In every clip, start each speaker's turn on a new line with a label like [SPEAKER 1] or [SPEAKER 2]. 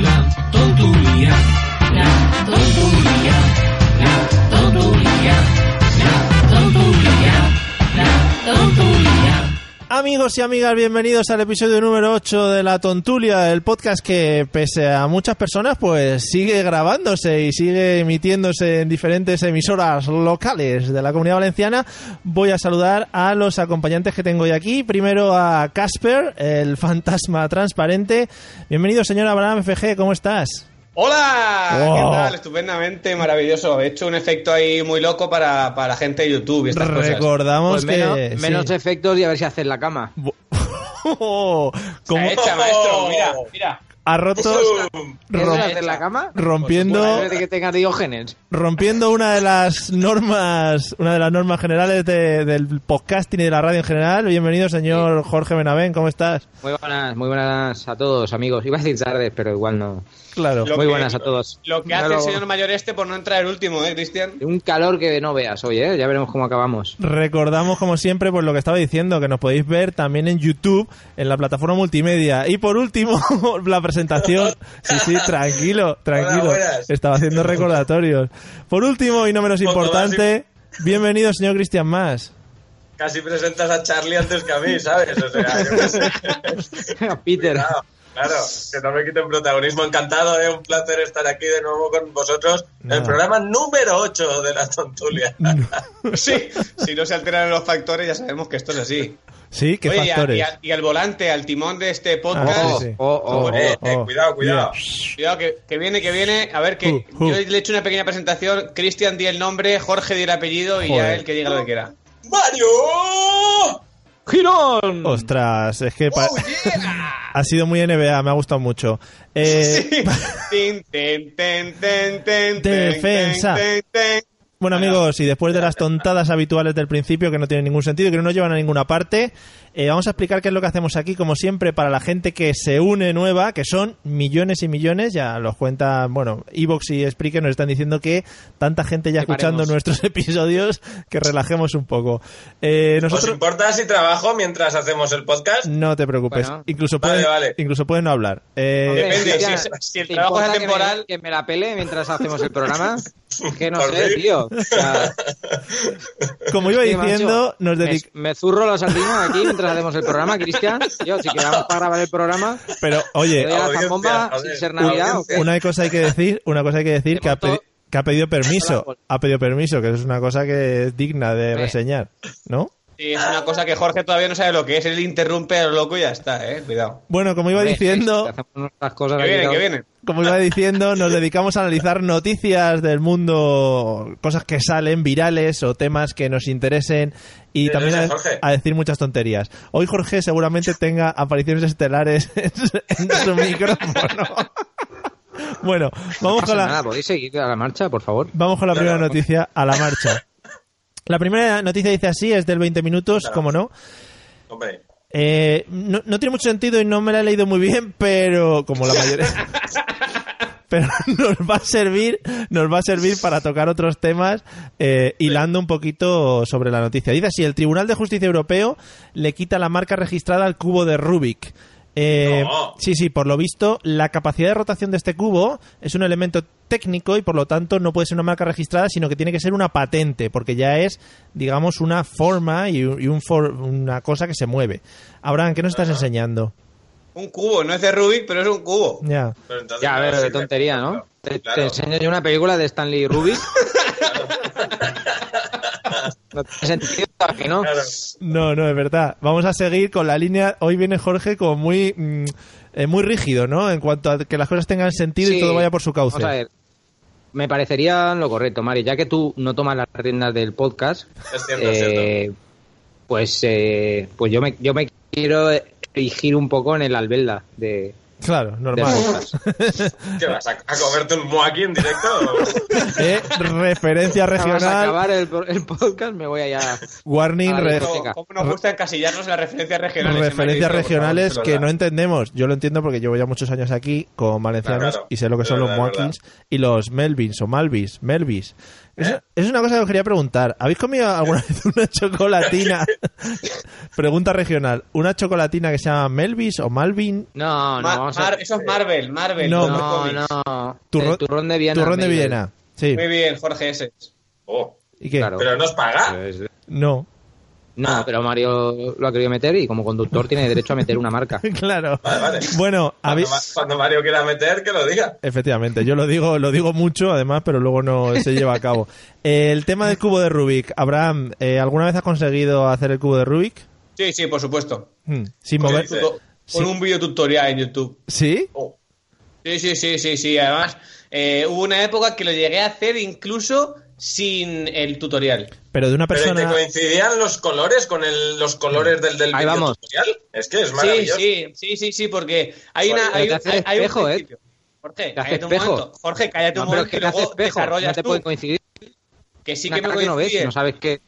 [SPEAKER 1] La tontulia, la tontulia, la tontulia, la tontulia, la tontulia.
[SPEAKER 2] Amigos y amigas, bienvenidos al episodio número 8 de La Tontulia, el podcast que pese a muchas personas pues sigue grabándose y sigue emitiéndose en diferentes emisoras locales de la Comunidad Valenciana. Voy a saludar a los acompañantes que tengo hoy aquí. Primero a Casper, el fantasma transparente. Bienvenido, señor Abraham FG, ¿cómo estás?
[SPEAKER 3] ¡Hola!
[SPEAKER 2] Wow.
[SPEAKER 3] ¿Qué tal? Estupendamente, maravilloso. He hecho un efecto ahí muy loco para, para la gente de YouTube y estas cosas.
[SPEAKER 2] Recordamos
[SPEAKER 4] Pues menos,
[SPEAKER 2] que...
[SPEAKER 4] menos
[SPEAKER 2] sí.
[SPEAKER 4] efectos y a ver si haces la cama.
[SPEAKER 2] Oh,
[SPEAKER 3] Está
[SPEAKER 2] como
[SPEAKER 3] hecha, Eh, maestro. Mira, mira.
[SPEAKER 2] ha roto
[SPEAKER 4] ¿Quieres
[SPEAKER 2] rom-
[SPEAKER 4] hacer la cama?
[SPEAKER 2] rompiendo...
[SPEAKER 4] Pues Bueno, a ver que tenga diógenes.
[SPEAKER 2] rompiendo una de las normas una de las normas generales de- del podcasting y de la radio en general bienvenido señor Jorge Benavén cómo estás
[SPEAKER 4] Muy buenas, muy buenas a todos, amigos. Iba a decir tardes, pero igual no.
[SPEAKER 2] claro
[SPEAKER 3] Lo
[SPEAKER 4] muy
[SPEAKER 3] que-
[SPEAKER 4] buenas a todos.
[SPEAKER 3] Lo que
[SPEAKER 4] Ya
[SPEAKER 3] hace
[SPEAKER 4] lo-
[SPEAKER 3] el señor mayor este por no entrar el último, ¿eh, Cristian?
[SPEAKER 4] Un calor que no veas hoy, ¿eh? Ya veremos cómo acabamos.
[SPEAKER 2] recordamos como siempre pues lo que estaba diciendo que nos podéis ver también en YouTube en la plataforma multimedia y por último la presentación sí sí tranquilo tranquilo
[SPEAKER 5] buenas.
[SPEAKER 2] estaba haciendo recordatorios por último y no menos
[SPEAKER 5] Poco más
[SPEAKER 2] importante bienvenido señor Cristian Más
[SPEAKER 5] Casi presentas a Charlie antes que a mí, ¿sabes? O sea, yo qué sé.
[SPEAKER 4] Peter.
[SPEAKER 5] Claro, claro, que no me quiten protagonismo. Encantado, ¿eh? un placer estar aquí de nuevo con vosotros. El
[SPEAKER 2] Nada.
[SPEAKER 5] programa número 8 de la tontulia.
[SPEAKER 3] Sí, si no se alteran los factores, ya sabemos que esto es así.
[SPEAKER 2] sí qué
[SPEAKER 3] Oye, y a-
[SPEAKER 2] factores
[SPEAKER 3] Y, al- y al volante, al timón de este
[SPEAKER 2] Ah,
[SPEAKER 3] podcast.
[SPEAKER 2] sí, sí.
[SPEAKER 4] Oh, oh, oh.
[SPEAKER 5] Eh, eh,
[SPEAKER 2] oh,
[SPEAKER 5] cuidado, cuidado.
[SPEAKER 3] Cuidado, que, que viene, que viene. A ver, que
[SPEAKER 2] Uh, uh.
[SPEAKER 3] yo le he hecho una pequeña presentación. Cristian di el nombre, Jorge di el apellido y ya
[SPEAKER 2] Joder.
[SPEAKER 3] él que diga lo que quiera.
[SPEAKER 5] ¡Mario!
[SPEAKER 4] ¡Girón!
[SPEAKER 2] ostras es que pa- Ha sido muy NBA, me ha gustado mucho. Eh,
[SPEAKER 3] Tin, tin, tin, tin, tin,
[SPEAKER 2] Defensa.
[SPEAKER 3] tin, tin, tin.
[SPEAKER 2] Bueno amigos, y después de las tontadas habituales del principio que no tienen ningún sentido y que no nos llevan a ninguna parte, eh, vamos a explicar qué es lo que hacemos aquí, como siempre, para la gente que se une nueva, que son millones y millones, ya los cuentan, bueno, Evox y Spreaker nos están diciendo que tanta gente ya
[SPEAKER 4] Que
[SPEAKER 2] escuchando
[SPEAKER 4] paremos.
[SPEAKER 2] nuestros episodios, que relajemos un poco. Eh,
[SPEAKER 5] ¿Os
[SPEAKER 2] nosotros...
[SPEAKER 5] importa si trabajo mientras hacemos el podcast?
[SPEAKER 2] No te preocupes,
[SPEAKER 4] Bueno.
[SPEAKER 2] incluso,
[SPEAKER 5] Vale,
[SPEAKER 2] puedes,
[SPEAKER 5] vale.
[SPEAKER 2] incluso puedes no hablar. Eh,
[SPEAKER 4] Hombre,
[SPEAKER 3] depende,
[SPEAKER 4] Cristian,
[SPEAKER 3] si es- si el
[SPEAKER 4] ¿te
[SPEAKER 3] trabajo es
[SPEAKER 4] importa que me-
[SPEAKER 3] atemporal-
[SPEAKER 4] Que me, la pele mientras hacemos el programa. Es que no
[SPEAKER 5] Por
[SPEAKER 4] sé,
[SPEAKER 5] fin.
[SPEAKER 4] tío. O sea,
[SPEAKER 2] como iba
[SPEAKER 4] Sí, macho.
[SPEAKER 2] diciendo, nos
[SPEAKER 4] me,
[SPEAKER 2] dedicamos...
[SPEAKER 4] me zurro los sardinas aquí mientras hacemos el programa, Cristian. Yo, si quedamos para grabar el programa,
[SPEAKER 2] Pero
[SPEAKER 4] ¿te
[SPEAKER 2] oye,
[SPEAKER 4] doy a la
[SPEAKER 5] audiencia,
[SPEAKER 4] zambomba
[SPEAKER 5] joder.
[SPEAKER 4] sin ser Navidad o qué?
[SPEAKER 2] Una cosa hay que decir, una cosa hay que decir
[SPEAKER 4] De
[SPEAKER 2] que ha,
[SPEAKER 4] momento-
[SPEAKER 2] pedi- que ha pedido permiso,
[SPEAKER 4] Hola,
[SPEAKER 2] ha pedido permiso, que es una cosa que es digna de
[SPEAKER 4] Sí.
[SPEAKER 2] reseñar, ¿no?
[SPEAKER 3] Sí, es una cosa que Jorge todavía no sabe lo que es. Él interrumpe a lo loco y ya está, eh. Cuidado.
[SPEAKER 2] Bueno, como iba
[SPEAKER 4] Hombre,
[SPEAKER 2] diciendo,
[SPEAKER 4] si hacemos nuestras cosas
[SPEAKER 3] Que
[SPEAKER 4] aquí,
[SPEAKER 3] viene,
[SPEAKER 4] claro.
[SPEAKER 3] que viene.
[SPEAKER 2] como iba diciendo, nos dedicamos a analizar noticias del mundo, cosas que salen virales o temas que nos interesen y
[SPEAKER 5] Pero
[SPEAKER 2] también
[SPEAKER 5] ese
[SPEAKER 2] a,
[SPEAKER 5] es Jorge.
[SPEAKER 2] a decir muchas tonterías. Hoy Jorge seguramente tenga apariciones estelares en su- en su micrófono. Bueno,
[SPEAKER 4] No
[SPEAKER 2] vamos
[SPEAKER 4] pasa
[SPEAKER 2] con la,
[SPEAKER 4] nada, podéis seguir a la marcha, por favor.
[SPEAKER 2] Vamos con la primera noticia a la marcha. La primera noticia dice así, es del 20 minutos,
[SPEAKER 5] Claro.
[SPEAKER 2] como no.
[SPEAKER 5] Hombre,
[SPEAKER 2] Eh, no. no tiene mucho sentido y no me la he leído muy bien, pero como la mayoría... pero nos va a servir, nos va a servir para tocar otros temas, eh, hilando un poquito sobre la noticia. Dice así, el Tribunal de Justicia Europeo le quita la marca registrada al cubo de Rubik. Eh,
[SPEAKER 5] No.
[SPEAKER 2] Sí, sí, por lo visto, la capacidad de rotación de este cubo es un elemento técnico y por lo tanto no puede ser una marca registrada, sino que tiene que ser una patente, porque ya es, digamos, una forma y, un- y un for- una cosa que se mueve. Abraham, ¿qué nos estás enseñando?
[SPEAKER 3] Un cubo, no es de Rubik, pero es un cubo.
[SPEAKER 2] Ya.
[SPEAKER 5] pero entonces
[SPEAKER 4] Ya, a ver,
[SPEAKER 5] no
[SPEAKER 4] qué
[SPEAKER 5] sirve.
[SPEAKER 4] tontería, ¿no? Te, te
[SPEAKER 5] Claro.
[SPEAKER 4] enseño yo una película de Stanley Rubik. no tiene sentido, ¿a que no?
[SPEAKER 5] Claro.
[SPEAKER 2] No, no, es verdad. Vamos a seguir con la línea. Hoy viene Jorge como muy, mm, eh, muy rígido, ¿no? En cuanto a que las cosas tengan sentido y
[SPEAKER 4] Sí,
[SPEAKER 2] todo vaya por su cauce.
[SPEAKER 4] Vamos a ver. Me parecería lo correcto, Mari, ya que tú no tomas las riendas del podcast,
[SPEAKER 5] Es cierto, es cierto.
[SPEAKER 4] eh, pues, eh, pues yo, me, yo me quiero erigir un poco en el albelda de,
[SPEAKER 2] Claro, normal.
[SPEAKER 5] ¿Qué vas a, a comerte un moaki en directo?
[SPEAKER 2] Eh, referencia
[SPEAKER 4] Vamos a
[SPEAKER 2] regional.
[SPEAKER 4] acabar el, pro- el podcast, me voy allá.
[SPEAKER 2] Warning,
[SPEAKER 4] a la
[SPEAKER 2] re-
[SPEAKER 4] discoteca.
[SPEAKER 3] Como ¿Cómo nos gusta encasillarnos en las referencias regionales? en Madrid,
[SPEAKER 2] referencias
[SPEAKER 3] pero, por favor,
[SPEAKER 2] regionales
[SPEAKER 3] pero
[SPEAKER 2] que no
[SPEAKER 3] nada.
[SPEAKER 2] entendemos. Yo lo entiendo porque llevo ya muchos años aquí con valencianos
[SPEAKER 5] Claro,
[SPEAKER 2] y sé lo que son
[SPEAKER 5] es
[SPEAKER 2] los
[SPEAKER 5] verdad, es
[SPEAKER 2] Moakins y los Melvins o Malvis. Melvis. Es,
[SPEAKER 5] ¿Eh?
[SPEAKER 2] es una cosa que os quería preguntar. ¿Habéis comido alguna vez una chocolatina? Pregunta regional. ¿Una chocolatina que se llama Melvis o Malvin?
[SPEAKER 4] No, no,
[SPEAKER 3] Ma-
[SPEAKER 4] vamos
[SPEAKER 3] Mar-
[SPEAKER 4] a...
[SPEAKER 3] Eso es Marvel, Marvel.
[SPEAKER 2] No,
[SPEAKER 3] los
[SPEAKER 4] No,
[SPEAKER 3] cómics.
[SPEAKER 4] no.
[SPEAKER 2] Turrón-
[SPEAKER 4] El turrón de Viena.
[SPEAKER 2] Turrón de
[SPEAKER 4] amigo.
[SPEAKER 2] Viena. Sí.
[SPEAKER 3] Muy bien, Jorge, ese. es.
[SPEAKER 5] Oh,
[SPEAKER 2] ¿Y qué?
[SPEAKER 4] Claro.
[SPEAKER 5] pero no os paga.
[SPEAKER 4] Pues,
[SPEAKER 2] No.
[SPEAKER 4] No, pero Mario lo ha querido meter y como conductor tiene derecho a meter una marca.
[SPEAKER 2] claro.
[SPEAKER 5] Vale, vale.
[SPEAKER 2] Bueno,
[SPEAKER 5] Cuando,
[SPEAKER 2] habéis...
[SPEAKER 5] Ma- cuando Mario quiera meter, que lo diga.
[SPEAKER 2] Efectivamente, yo lo digo, lo digo mucho, además, pero luego no se lleva a cabo. El tema del cubo de Rubik, Abraham, eh, ¿alguna vez has conseguido hacer el cubo de Rubik?
[SPEAKER 3] Sí, sí, por supuesto.
[SPEAKER 2] Hmm, Sin
[SPEAKER 5] Con
[SPEAKER 2] mover.
[SPEAKER 5] el tuto-
[SPEAKER 3] Con
[SPEAKER 2] Sí.
[SPEAKER 3] un videotutorial en YouTube.
[SPEAKER 2] ¿Sí?
[SPEAKER 5] Oh,
[SPEAKER 3] Sí, sí, sí, sí, sí. Además, eh, hubo una época que lo llegué a hacer incluso sin el tutorial.
[SPEAKER 2] Pero de una
[SPEAKER 5] ¿Pero y te
[SPEAKER 2] persona.
[SPEAKER 5] coincidían los colores con el- los colores del, del
[SPEAKER 4] Ahí vamos.
[SPEAKER 5] videotutorial? Es que es
[SPEAKER 3] Sí,
[SPEAKER 5] maravilloso.
[SPEAKER 3] sí, sí, sí, sí, porque hay
[SPEAKER 5] Joder,
[SPEAKER 3] una.
[SPEAKER 4] pero
[SPEAKER 3] Hay
[SPEAKER 4] te
[SPEAKER 3] un,
[SPEAKER 4] hace
[SPEAKER 3] hay- hay un
[SPEAKER 4] espejo, ¿eh?
[SPEAKER 3] principio. Jorge,
[SPEAKER 4] Te hace
[SPEAKER 3] cállate un
[SPEAKER 4] espejo.
[SPEAKER 3] momento. Jorge, cállate
[SPEAKER 4] No,
[SPEAKER 3] un
[SPEAKER 4] pero
[SPEAKER 3] momento
[SPEAKER 4] es que
[SPEAKER 3] y
[SPEAKER 4] te hace
[SPEAKER 3] luego
[SPEAKER 4] espejo. No
[SPEAKER 3] desarrollas
[SPEAKER 4] te
[SPEAKER 3] tú,
[SPEAKER 4] pueden coincidir.
[SPEAKER 3] Que sí
[SPEAKER 4] Una
[SPEAKER 3] que me
[SPEAKER 4] cara que no ves,
[SPEAKER 3] coincide.
[SPEAKER 4] no sabes ¿eh? qué.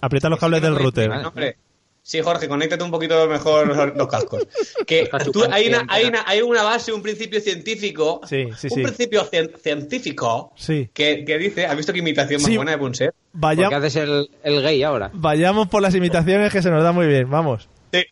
[SPEAKER 2] Aprieta los cables del
[SPEAKER 4] Sí,
[SPEAKER 2] router.
[SPEAKER 4] vale.
[SPEAKER 3] Hombre. Sí, Jorge, conéctate un poquito mejor los- los cascos. Que
[SPEAKER 4] Está
[SPEAKER 3] tú- hay, una,
[SPEAKER 4] chupando.
[SPEAKER 3] hay, una, hay una base, un principio científico.
[SPEAKER 2] Sí, sí,
[SPEAKER 3] un
[SPEAKER 2] sí.
[SPEAKER 3] principio cien- científico
[SPEAKER 2] Sí.
[SPEAKER 3] que, que dice. ¿Has visto qué imitación más
[SPEAKER 2] Sí.
[SPEAKER 3] buena de Punset?
[SPEAKER 2] Vaya-
[SPEAKER 4] Porque haces el, el gay ahora.
[SPEAKER 2] Vayamos por las imitaciones que se nos da muy bien, vamos.
[SPEAKER 3] Sí.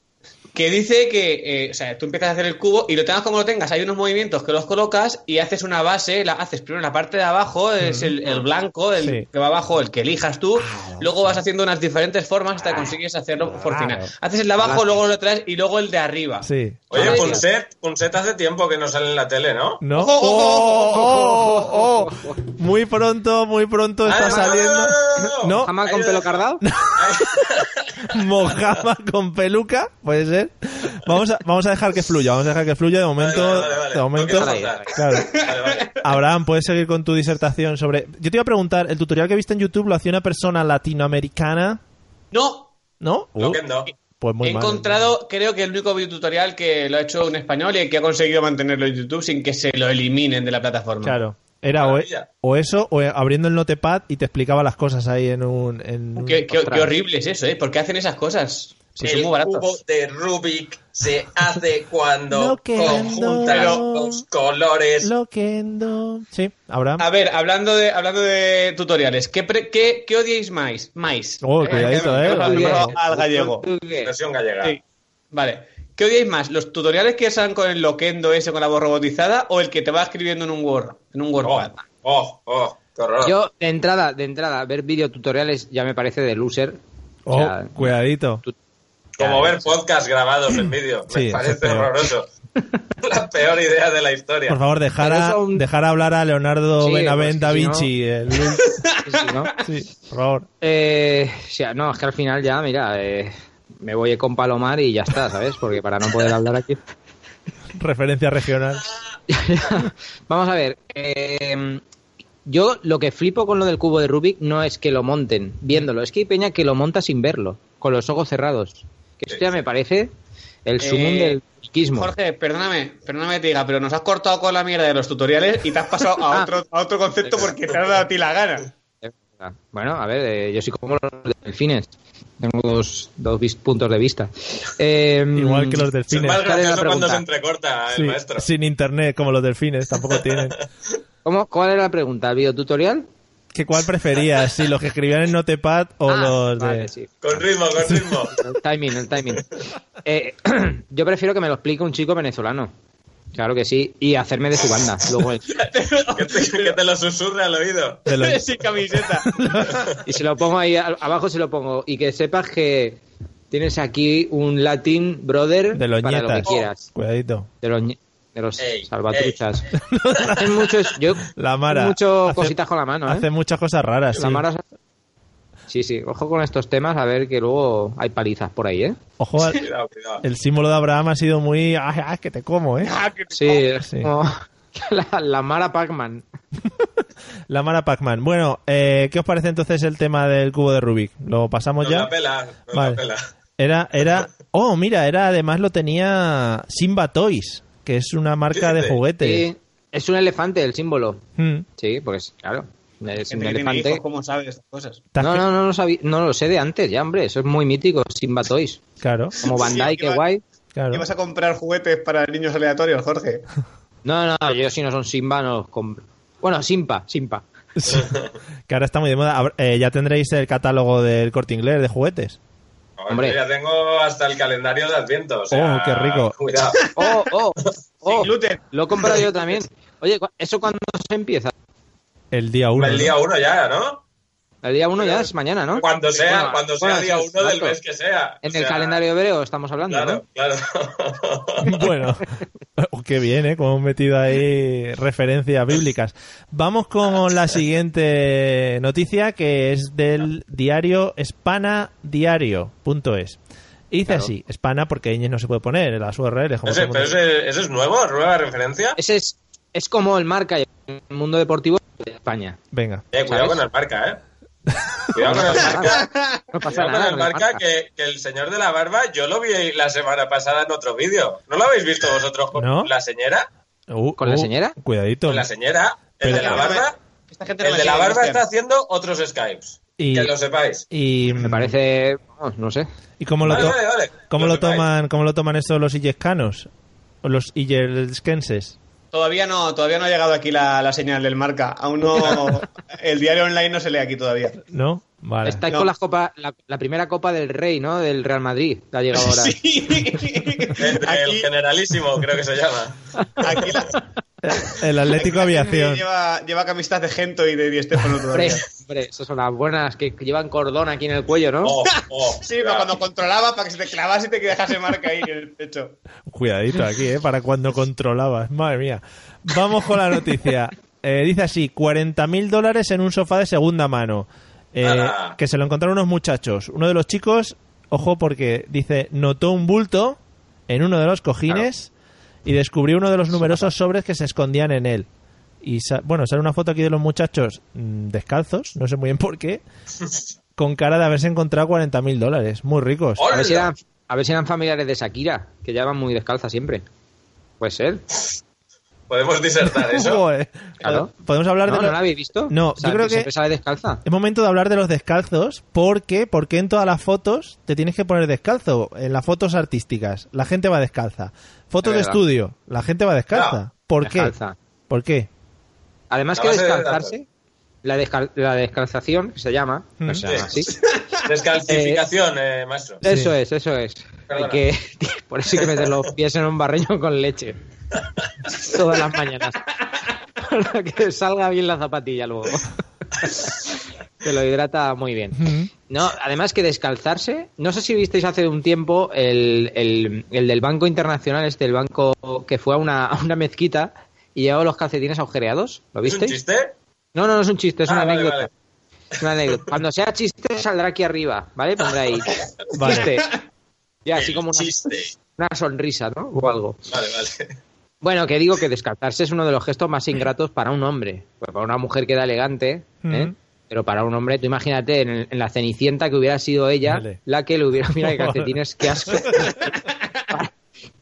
[SPEAKER 3] Que dice que, eh, o sea, tú empiezas a hacer el cubo y lo tengas como lo tengas. Hay unos movimientos que los colocas y haces una base, la haces primero en la parte de abajo, es el, el blanco, el
[SPEAKER 2] Sí. Ah,
[SPEAKER 3] que va abajo, el que elijas tú. Luego vas haciendo unas diferentes formas hasta que consigues hacerlo por final. Haces el de abajo, luego lo traes y luego el de arriba.
[SPEAKER 2] Sí.
[SPEAKER 5] Oye,
[SPEAKER 3] Ah,
[SPEAKER 5] Punset, Punset hace tiempo que no sale en la tele, ¿no?
[SPEAKER 2] ¿No?
[SPEAKER 3] Ojo,
[SPEAKER 5] oh,
[SPEAKER 3] ojo,
[SPEAKER 2] ¡Oh, oh, oh! Muy pronto, muy pronto está
[SPEAKER 5] Ah, no, no,
[SPEAKER 2] saliendo.
[SPEAKER 5] no, no, no, no.
[SPEAKER 2] No.
[SPEAKER 4] ¿Jamás con pelo cardado?
[SPEAKER 2] Mojama con peluca, puede ser. Vamos a, vamos a dejar que fluya, vamos a dejar que fluya de momento.
[SPEAKER 5] Vale, vale, vale.
[SPEAKER 2] De
[SPEAKER 5] No
[SPEAKER 2] momento.
[SPEAKER 5] quiero saltar.
[SPEAKER 2] Claro.
[SPEAKER 5] Vale, vale.
[SPEAKER 2] Abraham, puedes seguir con tu disertación sobre. Yo te iba a preguntar, el tutorial que viste en YouTube lo hacía una persona latinoamericana,
[SPEAKER 3] No,
[SPEAKER 2] ¿no?
[SPEAKER 5] No, que no.
[SPEAKER 2] Pues muy
[SPEAKER 3] he
[SPEAKER 2] mal.
[SPEAKER 3] encontrado, creo que el único videotutorial que lo ha hecho un español y que ha conseguido mantenerlo en YouTube sin que se lo eliminen de la plataforma.
[SPEAKER 2] Claro. Era o, e,
[SPEAKER 5] Maravilla.
[SPEAKER 2] o eso, o e, abriendo el notepad y te explicaba las cosas ahí en un. en un-
[SPEAKER 3] Qué, qué-
[SPEAKER 4] Ostras.
[SPEAKER 3] qué horrible es eso, ¿eh? ¿Por qué hacen esas cosas? Si son
[SPEAKER 5] el
[SPEAKER 3] muy baratas.
[SPEAKER 5] cubo de Rubik se hace
[SPEAKER 2] Lo
[SPEAKER 5] cuando
[SPEAKER 2] que
[SPEAKER 5] conjuntas
[SPEAKER 2] ando.
[SPEAKER 5] los colores.
[SPEAKER 2] Loquendo. Sí,
[SPEAKER 4] Ah,
[SPEAKER 2] Abraham.
[SPEAKER 3] A ver, hablando de, hablando de tutoriales, ¿qué, pre- qué, qué odiáis más? Mais.
[SPEAKER 2] Oh, cuidadito, eh.
[SPEAKER 3] Al
[SPEAKER 4] gallego.
[SPEAKER 3] al gallego.
[SPEAKER 4] Portugués.
[SPEAKER 5] Versión gallega.
[SPEAKER 3] Sí. Vale. ¿Qué odiáis más? ¿Los tutoriales que salen con el loquendo ese con la voz robotizada o el que te va escribiendo en un Word? En un
[SPEAKER 5] Oh,
[SPEAKER 3] WordPad.
[SPEAKER 5] oh, oh, qué horror.
[SPEAKER 4] Yo, de entrada, de entrada, ver videotutoriales ya me parece de loser. O
[SPEAKER 2] Oh,
[SPEAKER 4] sea,
[SPEAKER 2] cuidadito.
[SPEAKER 5] Como ver podcasts grabados en vídeo.
[SPEAKER 2] Sí,
[SPEAKER 5] me
[SPEAKER 2] eso es
[SPEAKER 5] parece
[SPEAKER 2] peor.
[SPEAKER 5] horroroso. la peor idea de la historia.
[SPEAKER 2] Por favor, dejar a,
[SPEAKER 4] Pero son-
[SPEAKER 2] dejar hablar a Leonardo
[SPEAKER 4] Sí,
[SPEAKER 2] Benavent
[SPEAKER 4] pues
[SPEAKER 2] da
[SPEAKER 4] que si no-
[SPEAKER 2] Vinci. el-
[SPEAKER 4] sí, sí, ¿no?
[SPEAKER 2] Sí, por favor.
[SPEAKER 4] Eh, o sea, no, es que al final ya, mira, eh, me voy con Palomar y ya está, ¿sabes? Porque para no poder hablar aquí.
[SPEAKER 2] Referencia regional.
[SPEAKER 4] Vamos a ver. eh, yo lo que flipo con lo del cubo de Rubik no es que lo monten viéndolo, es que hay peña que lo monta sin verlo, con los ojos cerrados. Que esto ya me parece el sumum
[SPEAKER 3] Eh,
[SPEAKER 4] del psiquismo.
[SPEAKER 3] Jorge, perdóname, perdóname que te diga, pero nos has cortado con la mierda de los tutoriales y te has pasado a otro, a otro concepto porque te ha dado a ti la gana.
[SPEAKER 4] Bueno, a ver, eh, yo soy como los delfines. Tengo dos, dos vis- puntos de vista. Eh,
[SPEAKER 2] Igual que los
[SPEAKER 5] es
[SPEAKER 2] delfines.
[SPEAKER 4] ¿cuál
[SPEAKER 5] más
[SPEAKER 4] es la
[SPEAKER 5] gracioso cuando
[SPEAKER 4] pregunta?
[SPEAKER 5] se entrecorta Ah, el
[SPEAKER 2] Sí,
[SPEAKER 5] maestro.
[SPEAKER 2] sin internet, como los delfines, tampoco tienen.
[SPEAKER 4] ¿cómo, ¿Cuál era la pregunta? ¿El videotutorial?
[SPEAKER 2] ¿Qué cuál preferías? ¿Si los que escribían en Notepad o
[SPEAKER 4] Ah,
[SPEAKER 2] los de.?
[SPEAKER 4] vale, sí.
[SPEAKER 5] Con ritmo, con ritmo.
[SPEAKER 4] El timing, el timing. Eh, yo prefiero que me lo explique un chico venezolano. Claro que sí. Y hacerme de su banda. Luego,
[SPEAKER 5] que, te, que te lo susurre al oído.
[SPEAKER 2] de los-
[SPEAKER 3] Sin camiseta.
[SPEAKER 4] y se lo pongo ahí, a- abajo se lo pongo. Y que sepas que tienes aquí un Latin brother
[SPEAKER 2] de los
[SPEAKER 4] para lo que
[SPEAKER 2] nietas.
[SPEAKER 4] quieras.
[SPEAKER 2] Cuidadito.
[SPEAKER 4] De los, ñe- de los
[SPEAKER 5] Ey,
[SPEAKER 4] salvatruchas. Hacen muchos, yo,
[SPEAKER 2] La Mara.
[SPEAKER 4] mucho
[SPEAKER 2] Hace-
[SPEAKER 4] cositas con la mano, ¿eh?
[SPEAKER 2] Hace muchas cosas raras.
[SPEAKER 4] La
[SPEAKER 2] sí.
[SPEAKER 4] Mara sa- Sí, sí. Ojo con estos temas, a ver que luego hay palizas por ahí, ¿eh?
[SPEAKER 2] Ojo, al-
[SPEAKER 5] Cuidado, cuidado.
[SPEAKER 2] el símbolo de Abraham ha sido muy. ¡ah, ¡Ay, ay,
[SPEAKER 5] Ah.
[SPEAKER 2] que te como, eh!
[SPEAKER 4] Sí, es
[SPEAKER 2] Sí.
[SPEAKER 4] como la, la Mara Pac-Man.
[SPEAKER 2] La mala Pac-Man. Bueno, eh, ¿qué os parece entonces el tema del cubo de Rubik? ¿Lo pasamos
[SPEAKER 5] Nos
[SPEAKER 2] ya?
[SPEAKER 5] la pela, nos
[SPEAKER 2] Vale.
[SPEAKER 5] la pela.
[SPEAKER 2] Era, era. Oh, mira, era además lo tenía Simba Toys, que es una marca de
[SPEAKER 5] Fíjate.
[SPEAKER 2] juguetes.
[SPEAKER 4] Sí, es un elefante el símbolo.
[SPEAKER 2] Mm.
[SPEAKER 4] Sí, porque es- claro, es un
[SPEAKER 3] Gente que tiene
[SPEAKER 4] elefante.
[SPEAKER 3] hijos, ¿Cómo sabe estas cosas?
[SPEAKER 2] Te has
[SPEAKER 4] No,
[SPEAKER 2] que-
[SPEAKER 4] no, no lo, sabí- no lo sé de antes, ya, hombre. Eso es muy mítico, Simba Toys.
[SPEAKER 2] Claro,
[SPEAKER 4] Como Bandai,
[SPEAKER 3] Sí,
[SPEAKER 4] qué
[SPEAKER 3] iba-
[SPEAKER 4] guay.
[SPEAKER 2] claro.
[SPEAKER 3] ¿Ibas a comprar juguetes para niños aleatorios, Jorge?
[SPEAKER 4] No, no, yo si no son Simba no los compro. Bueno, Simpa, Simpa.
[SPEAKER 2] Que ahora está muy de moda. Habr- eh, ya tendréis el catálogo del corte inglés de juguetes.
[SPEAKER 4] Hombre.
[SPEAKER 5] Hombre. Ya tengo hasta el calendario de Adviento. o sea,
[SPEAKER 2] Oh, qué rico.
[SPEAKER 5] Cuidado.
[SPEAKER 4] ¡Oh, oh, oh!
[SPEAKER 3] Sin gluten.
[SPEAKER 4] Lo he comprado yo también. Oye, cu- ¿eso cuándo se empieza?
[SPEAKER 2] El día 1.
[SPEAKER 5] El día uno ya, ¿no?
[SPEAKER 4] El día 1 ya es mañana, ¿no?
[SPEAKER 5] Cuando sea,
[SPEAKER 4] Bueno,
[SPEAKER 5] cuando sea
[SPEAKER 4] bueno,
[SPEAKER 5] día
[SPEAKER 4] sí,
[SPEAKER 5] uno del
[SPEAKER 4] exacto.
[SPEAKER 5] mes que sea.
[SPEAKER 4] En
[SPEAKER 5] O
[SPEAKER 4] el
[SPEAKER 5] sea,
[SPEAKER 4] calendario hebreo estamos hablando,
[SPEAKER 5] Claro, claro.
[SPEAKER 2] Bueno, Oh, qué bien, ¿eh? Como hemos metido ahí referencias bíblicas. Vamos con la siguiente noticia que es del diario hispanadiario.es. Y dice
[SPEAKER 4] Claro.
[SPEAKER 2] así, hispana porque ñ no se puede poner en las URLs. Como
[SPEAKER 5] Ese-
[SPEAKER 2] todo el
[SPEAKER 5] pero
[SPEAKER 2] mundo.
[SPEAKER 5] ese, ese es nuevo, nueva referencia.
[SPEAKER 4] ¿no? Ese es, es como el marca y el mundo deportivo de España.
[SPEAKER 2] Venga.
[SPEAKER 5] Eh, cuidado
[SPEAKER 4] ¿sabes?
[SPEAKER 5] con el marca, ¿eh? Cuidado con el marca.
[SPEAKER 4] No pasa
[SPEAKER 5] Cuidado con
[SPEAKER 4] nada.
[SPEAKER 5] el
[SPEAKER 4] no hay
[SPEAKER 5] marca que, que el señor de la barba yo lo vi la semana pasada en otro vídeo. ¿No lo habéis visto vosotros con
[SPEAKER 2] ¿No?
[SPEAKER 5] la señora?
[SPEAKER 2] Uh,
[SPEAKER 4] ¿Con la
[SPEAKER 2] uh,
[SPEAKER 4] señora?
[SPEAKER 2] Cuidadito.
[SPEAKER 5] Con la señora. El
[SPEAKER 2] Pero-
[SPEAKER 5] de la barba.
[SPEAKER 3] Esta gente no
[SPEAKER 5] El
[SPEAKER 3] me
[SPEAKER 5] de la
[SPEAKER 3] sigue,
[SPEAKER 5] barba
[SPEAKER 3] Cristian.
[SPEAKER 5] está haciendo otros Skypes.
[SPEAKER 2] Y-
[SPEAKER 5] Que lo sepáis.
[SPEAKER 2] y,
[SPEAKER 4] Me parece, vamos, no sé.
[SPEAKER 2] ¿Y cómo lo,
[SPEAKER 5] Vale,
[SPEAKER 2] to-
[SPEAKER 5] vale, vale.
[SPEAKER 2] cómo lo
[SPEAKER 5] sepáis.
[SPEAKER 2] toman cómo lo toman eso los illescanos? ¿O los illesquenses?
[SPEAKER 3] Todavía no, todavía no ha llegado aquí la, la señal del marca. Aún no. el diario online no se lee aquí todavía.
[SPEAKER 2] ¿No? Vale.
[SPEAKER 4] Estáis
[SPEAKER 3] No.
[SPEAKER 4] con las copas, la, la primera copa del rey, ¿no? Del Real Madrid, la ha llegado ahora.
[SPEAKER 3] Sí.
[SPEAKER 5] El, el
[SPEAKER 3] Aquí,
[SPEAKER 5] generalísimo, creo que se llama.
[SPEAKER 3] aquí la,
[SPEAKER 2] El
[SPEAKER 3] aquí
[SPEAKER 2] Atlético
[SPEAKER 3] la gente
[SPEAKER 2] Aviación.
[SPEAKER 3] Lleva, lleva camisetas de Gento y de Di Stéfano
[SPEAKER 4] Hombre,
[SPEAKER 3] todavía.
[SPEAKER 4] hombre, esas son las buenas que llevan cordón aquí en el cuello, ¿no?
[SPEAKER 5] Oh, oh,
[SPEAKER 3] Sí, pero cuando controlaba para que se te clavase y te dejase marca ahí en el pecho.
[SPEAKER 2] Cuidadito aquí, ¿eh? Para cuando controlabas. Madre mía. Vamos con la noticia. Eh, dice así, 40.000 dólares en un sofá de segunda mano. Eh,
[SPEAKER 5] Ala.
[SPEAKER 2] que se lo encontraron unos muchachos. Uno de los chicos, ojo porque dice, notó un bulto en uno de los cojines y descubrió uno de los numerosos sobres que se escondían en él. Y sa- bueno, sale una foto aquí de los muchachos mm, descalzos, no sé muy bien por qué, con cara de haberse encontrado 40.000 dólares. Muy ricos.
[SPEAKER 4] A ver, si
[SPEAKER 5] Hola.
[SPEAKER 4] eran, a ver si eran familiares de Shakira, que ya van muy descalza siempre. Puede ser.
[SPEAKER 5] Podemos disertar eso.
[SPEAKER 2] Joder.
[SPEAKER 4] Claro.
[SPEAKER 2] eh. Podemos
[SPEAKER 4] ¿No,
[SPEAKER 2] hablar de...
[SPEAKER 4] ¿No
[SPEAKER 2] lo-
[SPEAKER 4] la habéis visto?
[SPEAKER 2] No,
[SPEAKER 4] O sea,
[SPEAKER 2] yo creo que-
[SPEAKER 4] Siempre sale descalza.
[SPEAKER 2] Es momento de hablar de los descalzos, porque porque en todas las fotos te tienes que poner descalzo. En las fotos artísticas, la gente va descalza. Fotos de
[SPEAKER 4] Es verdad.
[SPEAKER 2] estudio, la gente va descalza.
[SPEAKER 5] No,
[SPEAKER 2] ¿Por
[SPEAKER 4] Descalza.
[SPEAKER 2] qué? ¿Por qué?
[SPEAKER 4] Además
[SPEAKER 5] La
[SPEAKER 4] que
[SPEAKER 5] base de
[SPEAKER 4] descalzarse, la, descal- la descalzación, que se llama,
[SPEAKER 2] Mm.
[SPEAKER 4] o sea,
[SPEAKER 5] Sí.
[SPEAKER 4] sí.
[SPEAKER 5] Descalcificación, eh, maestro.
[SPEAKER 4] Eso es, eso es.
[SPEAKER 5] Perdona.
[SPEAKER 4] Hay que, por eso hay que meter los pies en un barreño con leche. Todas las mañanas. Para que salga bien la zapatilla luego. Te lo hidrata muy bien. No, además que descalzarse, no sé si visteis hace un tiempo el, el- el del Banco Internacional, este, el banco que fue a una, a una mezquita y llevaba los calcetines agujereados, ¿lo
[SPEAKER 5] ¿Es un
[SPEAKER 4] visteis?
[SPEAKER 5] chiste?
[SPEAKER 4] No, no, no es un chiste, es
[SPEAKER 5] Ah,
[SPEAKER 4] una
[SPEAKER 5] vale,
[SPEAKER 4] anécdota.
[SPEAKER 5] vale.
[SPEAKER 4] Es una anécdota. Cuando sea chiste saldrá aquí arriba, ¿vale? Pondrá ahí.
[SPEAKER 2] Vale.
[SPEAKER 4] Chiste. Ya, así
[SPEAKER 5] El
[SPEAKER 4] como una,
[SPEAKER 5] chiste.
[SPEAKER 4] una sonrisa, ¿no? O algo.
[SPEAKER 5] Vale, vale.
[SPEAKER 4] Bueno, que digo que descartarse es uno de los gestos más ingratos para un hombre. Pues para una mujer queda elegante, ¿eh?
[SPEAKER 2] Mm.
[SPEAKER 4] Pero para un hombre, tú imagínate en, el- en la cenicienta que hubiera sido ella
[SPEAKER 2] Vale.
[SPEAKER 4] la que le hubiera. Mira, qué calcetines, qué asco.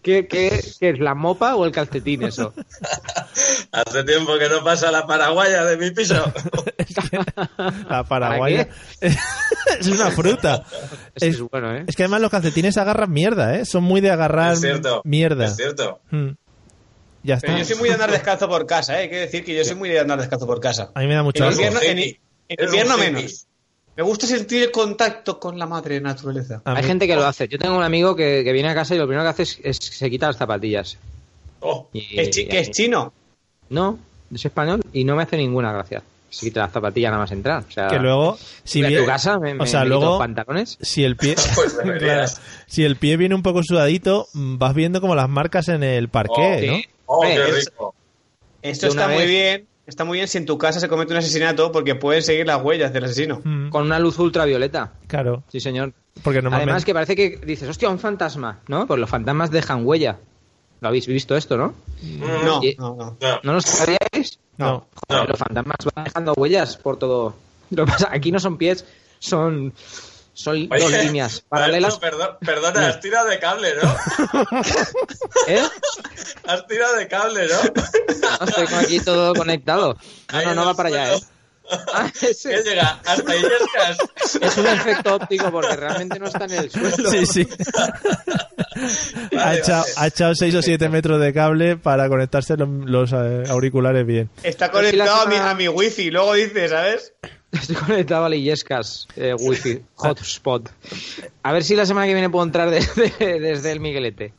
[SPEAKER 4] ¿Qué, qué, qué es la mopa o el calcetín eso?
[SPEAKER 5] Hace tiempo que no pasa la paraguaya de mi piso.
[SPEAKER 2] La paraguaya. es una fruta.
[SPEAKER 4] Eso
[SPEAKER 2] Es-
[SPEAKER 4] es bueno, ¿eh?
[SPEAKER 2] Es que además los calcetines agarran mierda, ¿eh? Son muy de agarrar
[SPEAKER 5] es cierto.
[SPEAKER 2] mierda.
[SPEAKER 5] Es cierto.
[SPEAKER 2] Mm. Ya está.
[SPEAKER 3] Pero yo soy muy de andar descalzo por casa, ¿eh? Hay que decir que yo soy muy de andar descalzo por casa.
[SPEAKER 2] A mí me da mucho
[SPEAKER 3] En
[SPEAKER 5] Eres
[SPEAKER 2] asco.
[SPEAKER 5] bien-
[SPEAKER 3] invierno, en-
[SPEAKER 5] hippie.
[SPEAKER 3] en
[SPEAKER 5] Es un
[SPEAKER 3] invierno
[SPEAKER 5] hippie.
[SPEAKER 3] menos. Me gusta sentir el contacto con la madre naturaleza.
[SPEAKER 2] A
[SPEAKER 4] Hay
[SPEAKER 2] mí-
[SPEAKER 4] gente que lo hace. Yo tengo un amigo que, que viene a casa y lo primero que hace es, es se quita las zapatillas.
[SPEAKER 5] Oh,
[SPEAKER 4] Y-
[SPEAKER 3] Que es, chi- que es chino.
[SPEAKER 4] No, es español y no me hace ninguna gracia. Se quita las zapatillas nada más entrar. O sea,
[SPEAKER 2] Que luego, si
[SPEAKER 4] voy a
[SPEAKER 2] bien-
[SPEAKER 4] tu casa me,
[SPEAKER 2] o sea,
[SPEAKER 4] me quito
[SPEAKER 2] luego,
[SPEAKER 4] los pantalones.
[SPEAKER 2] si el pie
[SPEAKER 5] Pues deberías.
[SPEAKER 2] Claro. si el pie viene un poco sudadito mm, vas viendo como las marcas en el parqué
[SPEAKER 5] Oh,
[SPEAKER 2] ¿no?
[SPEAKER 4] Sí.
[SPEAKER 5] oh,
[SPEAKER 4] Hombre,
[SPEAKER 5] qué
[SPEAKER 4] es-
[SPEAKER 5] rico.
[SPEAKER 3] Esto
[SPEAKER 4] De una
[SPEAKER 3] está muy
[SPEAKER 4] vez.
[SPEAKER 3] bien. Está muy bien si en tu casa se comete un asesinato porque puedes seguir las huellas del asesino.
[SPEAKER 2] Mm,
[SPEAKER 4] Con una luz ultravioleta.
[SPEAKER 2] claro
[SPEAKER 4] Sí, señor.
[SPEAKER 2] porque normalmente
[SPEAKER 4] Además que parece que dices, hostia, un fantasma, ¿no? Pues los fantasmas dejan huella. Lo habéis visto esto, ¿no?
[SPEAKER 5] Mm,
[SPEAKER 3] No,
[SPEAKER 4] Y-
[SPEAKER 3] no, no.
[SPEAKER 5] no.
[SPEAKER 4] ¿No lo sabíais?
[SPEAKER 2] No.
[SPEAKER 5] No.
[SPEAKER 4] Los fantasmas van dejando huellas por todo. Lo que pasa, aquí no son pies, son, son
[SPEAKER 5] Oye,
[SPEAKER 4] dos líneas paralelas.
[SPEAKER 5] Alberto, perdón- perdona, has tirado de cable, ¿no?
[SPEAKER 4] ¿Eh?
[SPEAKER 5] Has tirado de cable, ¿no?
[SPEAKER 4] No, estoy con aquí todo conectado. No,
[SPEAKER 5] Ahí
[SPEAKER 4] no,
[SPEAKER 5] en
[SPEAKER 4] no va
[SPEAKER 5] el
[SPEAKER 4] para allá, ¿eh?
[SPEAKER 5] suelo.
[SPEAKER 4] Ah, es,
[SPEAKER 5] ¿Qué llega? Hasta ahí llegas.
[SPEAKER 4] es un efecto óptico porque realmente no está en el suelo.
[SPEAKER 2] Sí, sí. ha,
[SPEAKER 5] vale.
[SPEAKER 2] echado, ha echado 6 o 7 metros de cable para conectarse los, los, eh, auriculares bien.
[SPEAKER 3] Está
[SPEAKER 4] Pero si la
[SPEAKER 3] conectado a mi,
[SPEAKER 4] semana-
[SPEAKER 3] a mi wifi, luego dice, ¿sabes?
[SPEAKER 4] Estoy conectado a la Illescas eh, Wi-Fi, hotspot. A ver si la semana que viene puedo entrar desde, desde el Miguelete.